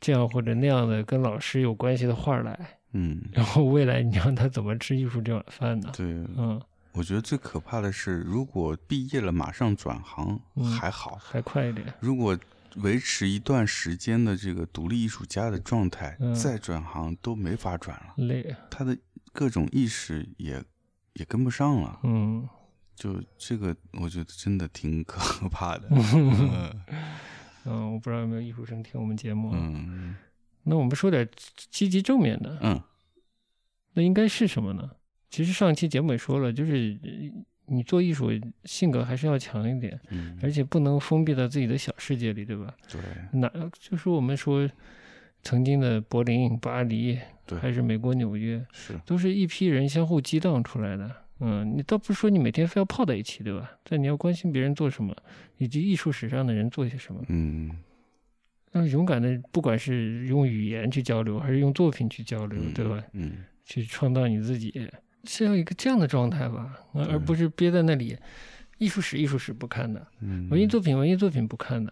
B: 这样或者那样的跟老师有关系的画来，
A: 嗯，
B: 然后未来你让他怎么吃艺术这碗饭呢？
A: 对，
B: 嗯，
A: 我觉得最可怕的是，如果毕业了马上转行
B: 嗯
A: 还好，
B: 还快一点，
A: 如果维持一段时间的这个独立艺术家的状态，
B: 嗯
A: 再转行都没法转了，
B: 累，
A: 他的各种意识也也跟不上了。
B: 嗯，
A: 就这个，我觉得真的挺可 怕的。
C: 嗯
B: 嗯，我不知道有没有艺术生听我们节目。啊
A: 嗯
B: 那我们说点积极正面的，
A: 嗯
B: 那应该是什么呢？其实上期节目也说了，就是呃你做艺术性格还是要强一点，
A: 嗯，
B: 而且不能封闭到自己的小世界里，对吧？
A: 对
B: 哪就是我们说曾经的柏林、巴黎，
A: 对
B: 还是美国纽约，
A: 是，
B: 都是一批人相互激荡出来的。嗯，你倒不是说你每天非要泡在一起，对吧？但你要关心别人做什么，以及艺术史上的人做些什么。
A: 嗯
B: 要勇敢的，不管是用语言去交流，还是用作品去交流，
A: 嗯
B: 对吧？
A: 嗯
B: 去创造你自己，是要一个这样的状态吧，呃
A: 对
B: 而不是憋在那里。艺术史，艺术史不看的；
A: 嗯，
B: 文艺作品，文艺作品不看的。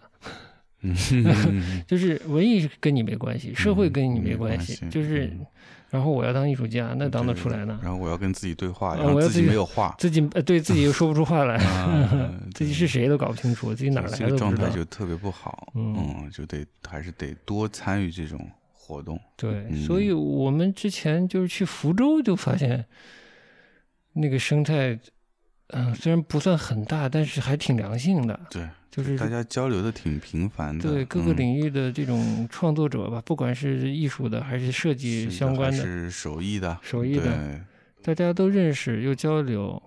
A: 嗯，嗯
B: 就是文艺跟你没关系，社会跟你没关系。
A: 没关系
B: 就是，
A: 嗯
B: 然后我要当艺术家，那当得出来呢？
A: 然后我要跟自己对话，
B: 啊
A: 然后
B: 我要
A: 自己
B: 自己
A: 没有话，
B: 自己呃对自己又说不出话 来，
A: 啊
B: 自己是谁都搞不清楚，自己哪儿
A: 对
B: 来
A: 这个
B: 的都
A: 状
B: 不知
A: 态
B: 道。
A: 就特别不好。
B: 嗯
A: 嗯，就得还是得多参与这种活动。
B: 对，
A: 嗯
B: 所以我们之前就是去福州就发现，那个生态，嗯、虽然不算很大，但是还挺良性的，
A: 对，
B: 就是
A: 大家交流的挺频繁的，
B: 对各个
A: 嗯
B: 领域的这种创作者吧，不管是艺术的还是设计
A: 是
B: 相关
A: 还
B: 的，
A: 是手艺的，
B: 手艺的
A: 对
B: 大家都认识又交流，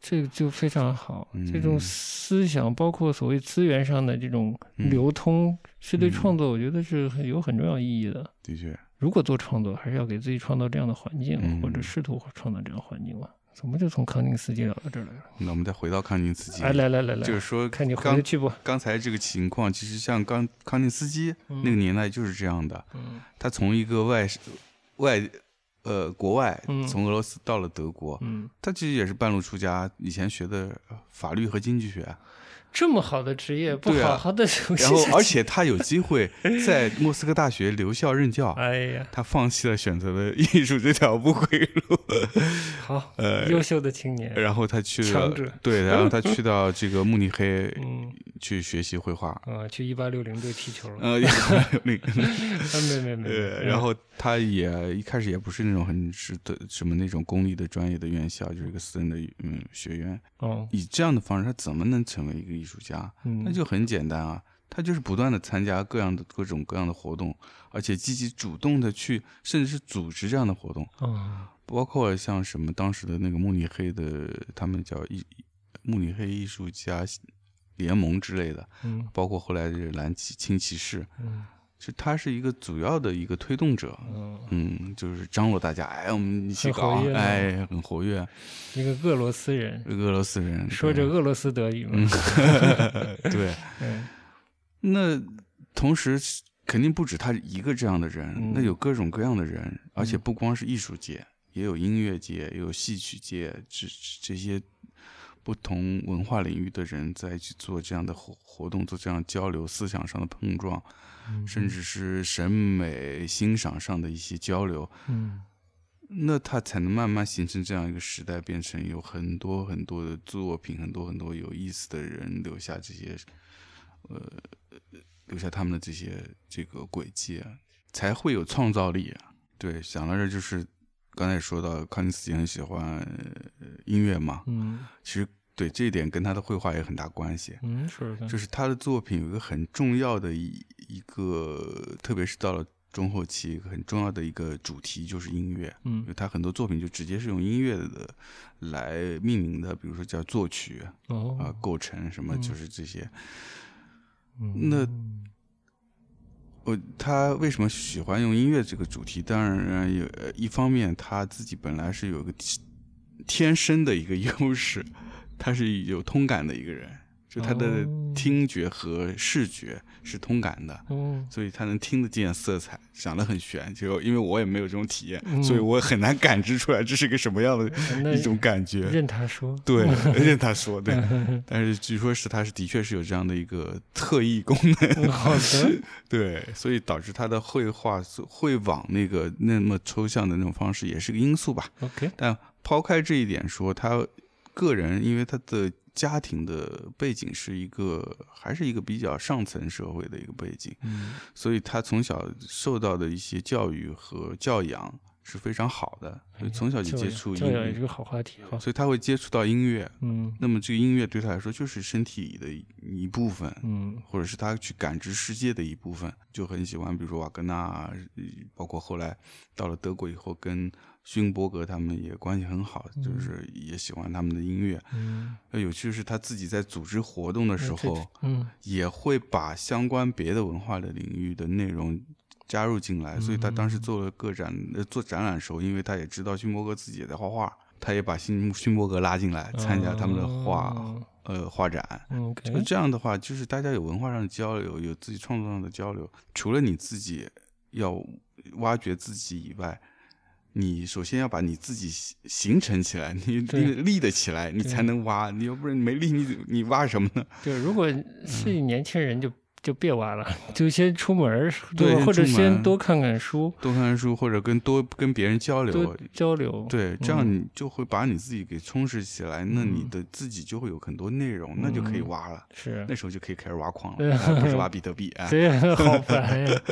B: 这个就非常好。这种
A: 嗯
B: 思想，包括所谓资源上的这种
A: 嗯
B: 流通，是对
A: 嗯
B: 创作我觉得是很有很重要意义的。
A: 的确，
B: 如果做创作，还是要给自己创造这样的环境，
A: 嗯
B: 或者试图创造这样的环境吧。怎么就从康定斯基聊到这儿来了？
A: 那我们再回到康宁斯基，
B: 哎，来来来来，
A: 就是说，
B: 看你回
A: 刚
B: 得去不？
A: 刚才这个情况，其实像刚康定斯基
B: 嗯
A: 那个年代就是这样的，
B: 嗯
A: 他从一个外外呃国外
B: 嗯
A: 从俄罗斯到了德国，
B: 嗯，
A: 他其实也是半路出家，以前学的呃法律和经济学，
B: 这么好的职业，不
A: 对啊
B: 好好的 休息
A: 然后
B: 下
A: 而
B: 去
A: 且他有机会在莫斯科大学留校任教。
B: 哎呀，
A: 他放弃了选择了艺术这条不归 路，
B: 好，
A: 呃，
B: 优秀的青年，
A: 然后他去
B: 强
A: 了
B: 者，
A: 对，然后他去到这个慕尼黑
B: 嗯
A: 去学习绘 画，
B: 啊，去一八六零队 踢球了，
A: 呃，也那个
B: 啊，没没没，
A: 呃，
B: 嗯
A: 然后他也一开始也不是那种很是的什么那种公立的专业的院校，就是一个私人的嗯学院。
B: 哦，
A: 以这样的方式，他怎么能成为一个艺术家？
B: 嗯，
A: 那就很简单啊，他就是不断的参加各样的各种各样的活动，而且积极主动的去，甚至是组织这样的活动，
B: 啊，
A: 包括像什么当时的那个慕尼黑的，他们叫艺慕尼黑艺术家联盟之类的，
B: 嗯
A: 包括后来的蓝旗青骑士，
B: 嗯
A: 是他是一个主要的一个推动者，
B: 嗯，
A: 嗯，就是张罗大家，哎，我们一起
B: 很活
A: 搞
B: 跃，呢
A: 哎，很活跃。
B: 一个俄罗斯人
A: 俄罗斯人
B: 说着
A: 对
B: 俄罗斯德语嘛，
A: 对，
B: 嗯
A: 那同时肯定不止他一个这样的人，
B: 嗯
A: 那有各种各样的人，而且
B: 嗯
A: 不光是艺术界，也有音乐界，也有戏曲界，这这些不同文化领域的人在去做这样的活活动，做这样交流，思想上的碰撞，
B: 嗯
A: 甚至是审美欣赏上的一些交流，
B: 嗯
A: 那它才能慢慢形成这样一个时代，变成有很多很多的作品，很多很多有意思的人留下这些，呃，留下他们的这些这个轨迹啊，才会有创造力啊。对，想到这就是刚才也说到康定斯基很喜欢呃音乐嘛，
B: 嗯
A: 其实对这一点跟他的绘画也有很大关系。
B: 嗯，说说看
A: 就，是他的作品有一个很重要的一一个，特别是到了中后期，一个很重要的一个主题就是音乐。
B: 嗯
A: 他很多作品就直接是用音乐的来命名的，比如说叫作曲啊、
B: 哦，
A: 构成什么，就是这些。
B: 嗯
A: 那我呃他为什么喜欢用音乐这个主题？当然有，呃一方面他自己本来是有个天天生的一个优势，他是有通感的一个人，就他的
B: 哦
A: 听觉和视觉是通感的。
B: 哦，
A: 所以他能听得见色彩，想得很玄。就因为我也没有这种体验，
B: 嗯
A: 所以我很难感知出来这是个什么样的
B: 那
A: 一种感觉。
B: 任 他说，
A: 对， 任他说对，但是据说是他是的确是有这样的一个特异功 能，
B: 好的，
A: 对，所以导致他的绘画会往那个那么抽象的那种方式也是个因素吧。
B: OK，
A: 但抛开这一点说，他个人因为他的家庭的背景是一个还是一个比较上层社会的一个背景，
B: 嗯
A: 所以他从小受到的一些教育和教养是非常好的，所以
B: 哎
A: 从小 就
B: 教
A: 接
B: 养
A: 触音
B: 教养也是
A: 乐，
B: 个好话题哈。
A: 所以他会接触到音乐。
B: 嗯
A: 那么这个音乐对他来说就是身体的一部分，
B: 嗯
A: 或者是他去感知世界的一部分，就很喜欢，比如说瓦格纳啊，呃包括后来到了德国以后，跟勋伯格他们也关系很好，就是也喜欢他们的音乐。
B: 嗯
A: 那有趣的是，他自己在组织活动的时
B: 哎对
A: 候，
B: 嗯，
A: 也会把相关别的文化的领域的内容加入进
B: 嗯
A: 来，所以他当时做了个展，呃，做展览的时候，因为他也知道勋伯格自己也在画画，他也把勋勋伯格拉进来参加他们的画，
B: 哦
A: 呃，画展。
B: 嗯 OK，
A: 就这样的话，就是大家有文化上的交流，有自己创作上的交流。除了你自己要挖掘自己以外，你首先要把你自己形形成起来，你
B: 对
A: 立立得起来，你才能挖。你要不然你没立，你你挖什么呢？
B: 对，如果
A: 嗯
B: 是年轻人就。就别玩了，就先出门儿，
A: 对
B: 或者
A: 先出门
B: 先多看看书，
A: 多看看书，或者跟多跟别人交流
B: 多。交流。
A: 对，这样
B: 嗯
A: 你就会把你自己给充实起来，那你的自己就会有很多内容，那就可以
B: 嗯
A: 挖了。
B: 是
A: 那， 时候就可以开始挖矿
B: 对
A: 了，而不是 挖比特币啊。哎
B: 对，好 烦呀，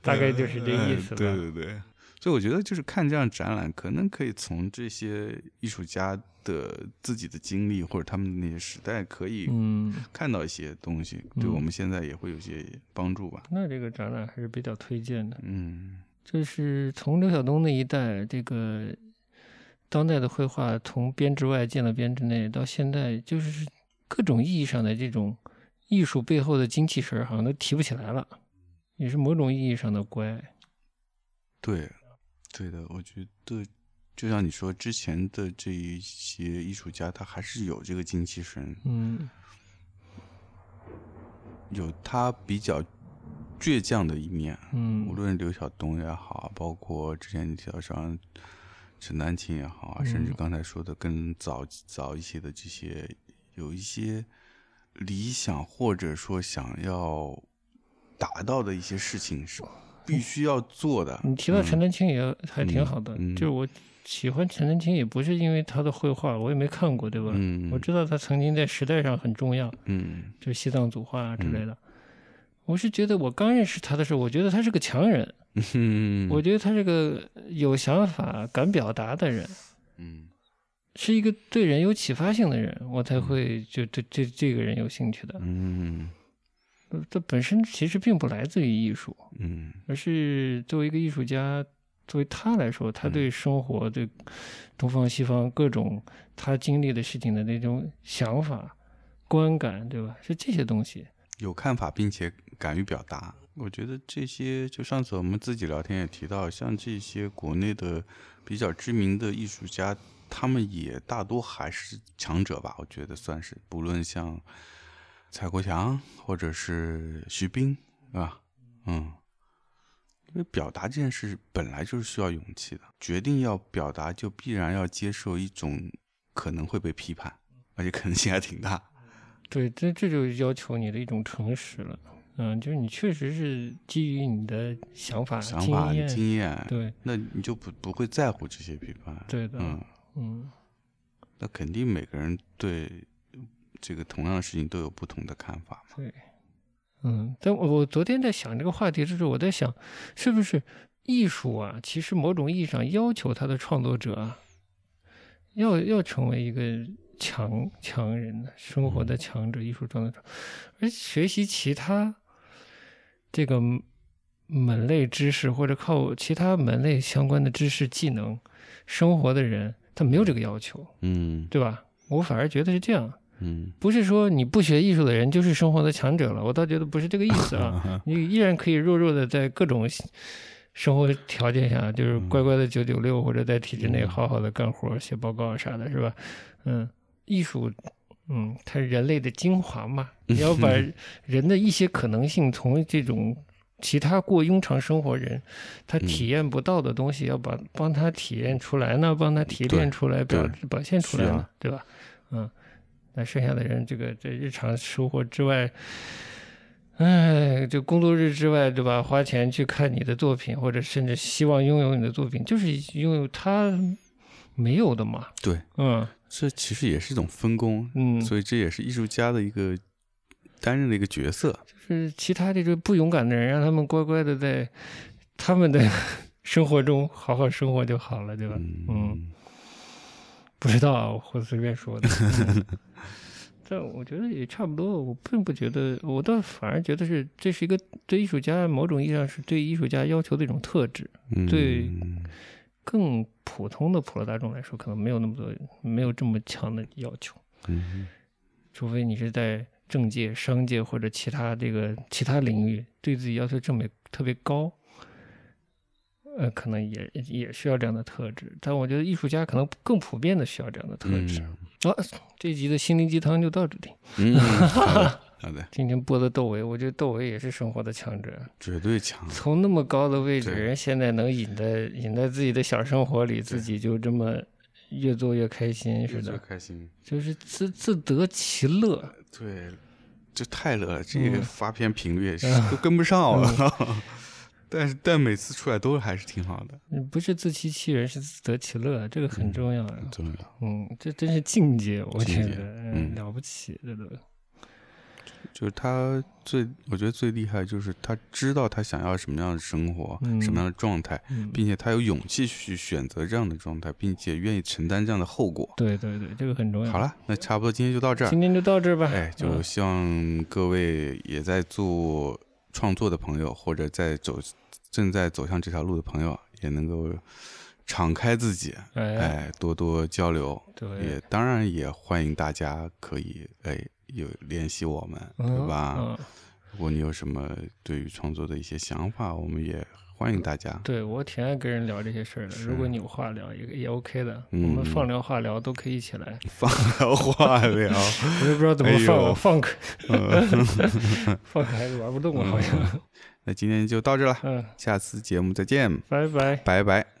B: 大概就是这
A: 嗯
B: 意思吧。
C: 对对对，
A: 所以我觉得就是看这样展览，可能可以从这些艺术家的自己的经历或者他们的那些时代，可以
B: 嗯，
A: 看到一些东西，对
B: 嗯
A: 我们现在也会有些帮助吧。
B: 那这个展览还是比较推荐的。
A: 嗯
B: 就是从刘晓东那一代，这个当代的绘画从编制外进了编制内，到现在就是各种意义上的这种艺术背后的精气神儿，好像都提不起来了，也是某种意义上的乖。
A: 对，对的，我觉得就像你说，之前的这一些艺术家，他还是有这个精气神，
B: 嗯
A: 有他比较倔强的一面。
B: 嗯，
A: 无论刘晓东也好，包括之前你提到像陈丹青也好啊，
B: 嗯
A: 甚至刚才说的更早早一些的这些，有一些理想或者说想要达到的一些事情是必须要做的。
B: 你提到陈丹青也还挺
A: 嗯
B: 好的，
A: 嗯
B: 就是我喜欢陈丹青也不是因为他的绘画，我也没看过，对吧？
A: 嗯，
B: 我知道他曾经在时代上很重要，
A: 嗯
B: 就是西藏组画啊之类的。我是觉得我刚认识他的时候，我觉得他是个强人，
A: 嗯，
B: 我觉得他是个有想法、敢表达的人，
A: 嗯
B: 是一个对人有启发性的人，我才会就对这这个人有兴趣的。
A: 嗯
B: 呃这本身其实并不来自于艺术，
A: 嗯
B: 而是作为一个艺术家，作为他来说，
A: 嗯
B: 他对生活、对东方西方各种他经历的事情的那种想法、观感，对吧？是这些东西。
A: 有看法并且敢于表达。我觉得这些，就上次我们自己聊天也提到，像这些国内的比较知名的艺术家，他们也大多还是强者吧，我觉得算是，不论像蔡国强或者是徐冰啊，嗯，因为表达这件事本来就是需要勇气的，决定要表达就必然要接受一种可能会被批判，而且可能性还挺大，
B: 啊对，这这就要求你的一种诚实了。嗯，就是你确实是基于你的想法、
A: 想法
B: 经、验，
A: 经验，
B: 对
A: 那你就不不会在乎这些批判。
B: 对的，
A: 嗯，
B: 嗯
A: 那肯定每个人对这个同样的事情都有不同的看法嘛。
B: 对，嗯。但我我昨天在想这个话题的时候，我在想，是不是艺术啊，其实某种意义上要求他的创作者啊，要要成为一个强强人呢，生活的强者，艺术创作者，而学习其他这个门类知识或者靠其他门类相关的知识技能生活的人，他没有这个要求，
A: 嗯
B: 对吧？我反而觉得是这样。
A: 嗯
B: 不是说你不学艺术的人就是生活的强者了，我倒觉得不是这个意思
A: 嗯
B: 啊。你依然可以弱弱的在各种生活条件下，就是
A: 嗯
B: 乖乖的九九六或者在体制内好好的干活、写报告啥的，是吧？嗯，艺术，嗯，它是人类的精 华嘛，你要把人的一些可能性从这种。其他过庸常生活人，他
A: 嗯
B: 体验不到的东西，要把帮他体验出来呢，帮他提炼出来，
A: 对
B: 表表现出来
A: 需
B: 呢
A: 要，
B: 对吧？嗯，那剩下的人，这个在日常生活之外，哎，就工作日之外，对吧？花钱去看你的作品，或者甚至希望拥有你的作品，就是拥有他没有的嘛。
A: 对，
B: 嗯
A: 这其实也是一种分工，
B: 嗯，
A: 所以这也是艺术家的一个担任的一个角色。
B: 就是其他这种不勇敢的人，让他们乖乖的在他们的 生活中好好生活就好了，对吧？嗯，不知道，我随便说的。嗯但我觉得也差不多，我并不觉得，我倒反而觉得是这是一个对艺术家某种意义上是对艺术家要求的一种特质，
A: 嗯
B: 对更普通的普罗大众来说，可能没有那么多，没有这么强的要求，
A: 嗯
B: 除非你是在政界、商界或者其他这个其他领域，对自己要求这么特别高，呃，可能也也需要这样的特质。但我觉得艺术家可能更普遍的需要这样的特质。啊，这集的心灵鸡汤就到这里。
A: 嗯，好的好的，
B: 今天播的窦唯，我觉得窦唯也是生活的强者，
A: 绝对强，
B: 从那么高的位
A: 嗯对
B: 置，现在能引在引在自己的小生活里，自己就这么越做越开心似
A: 最
B: 的，
A: 开心，
B: 就是自自得其乐。
A: 对，这太乐了，这个
B: 嗯
A: 发片频率是都跟不上了， 但是但每次出来都还是挺好的，
B: 嗯不是自欺欺人，是自得其乐，这个很重要呀。
A: 重要，
B: 嗯，这真是境界，我
A: 嗯境
B: 觉
A: 界
B: 得
A: 嗯
B: 嗯了不起，这都。
A: 就是他最我觉得最厉害就是他知道他想要什么样的生活，
B: 嗯
A: 什么样的状态，
B: 嗯，
A: 并且他有勇气去选择这样的状态，并且愿意承担这样的后果。
B: 对对对，这个很重要。
A: 好，了，那差不多今天就到这儿
B: 今。天就到这儿吧。
A: 哎，就
B: 嗯
A: 希望各位也在做创作的朋友，或者在走正在走向这条路的朋友，也能够敞开自己，
B: 哎，
A: 哎，多多交流。
B: 对
A: 也，当然也欢迎大家可以哎有联系我们，
B: 嗯
A: 对吧？
B: 嗯
A: 如果你有什么对于创作的一些想法，我们也欢迎大 家。
B: 对我挺爱跟人聊这些事儿的，
A: 是
B: 如果你有话聊也也 OK 的，
A: 嗯
B: 我们放聊话聊都可以一起来。
A: 放了话 聊，
B: 我也不知道怎么放
C: 哎
B: 了，
C: 呦
B: 放 开放开孩啊子玩不动了，好像。
A: 那今天就到这了，
B: 嗯，
A: 下次节目再见，
B: 拜拜。
A: 拜拜。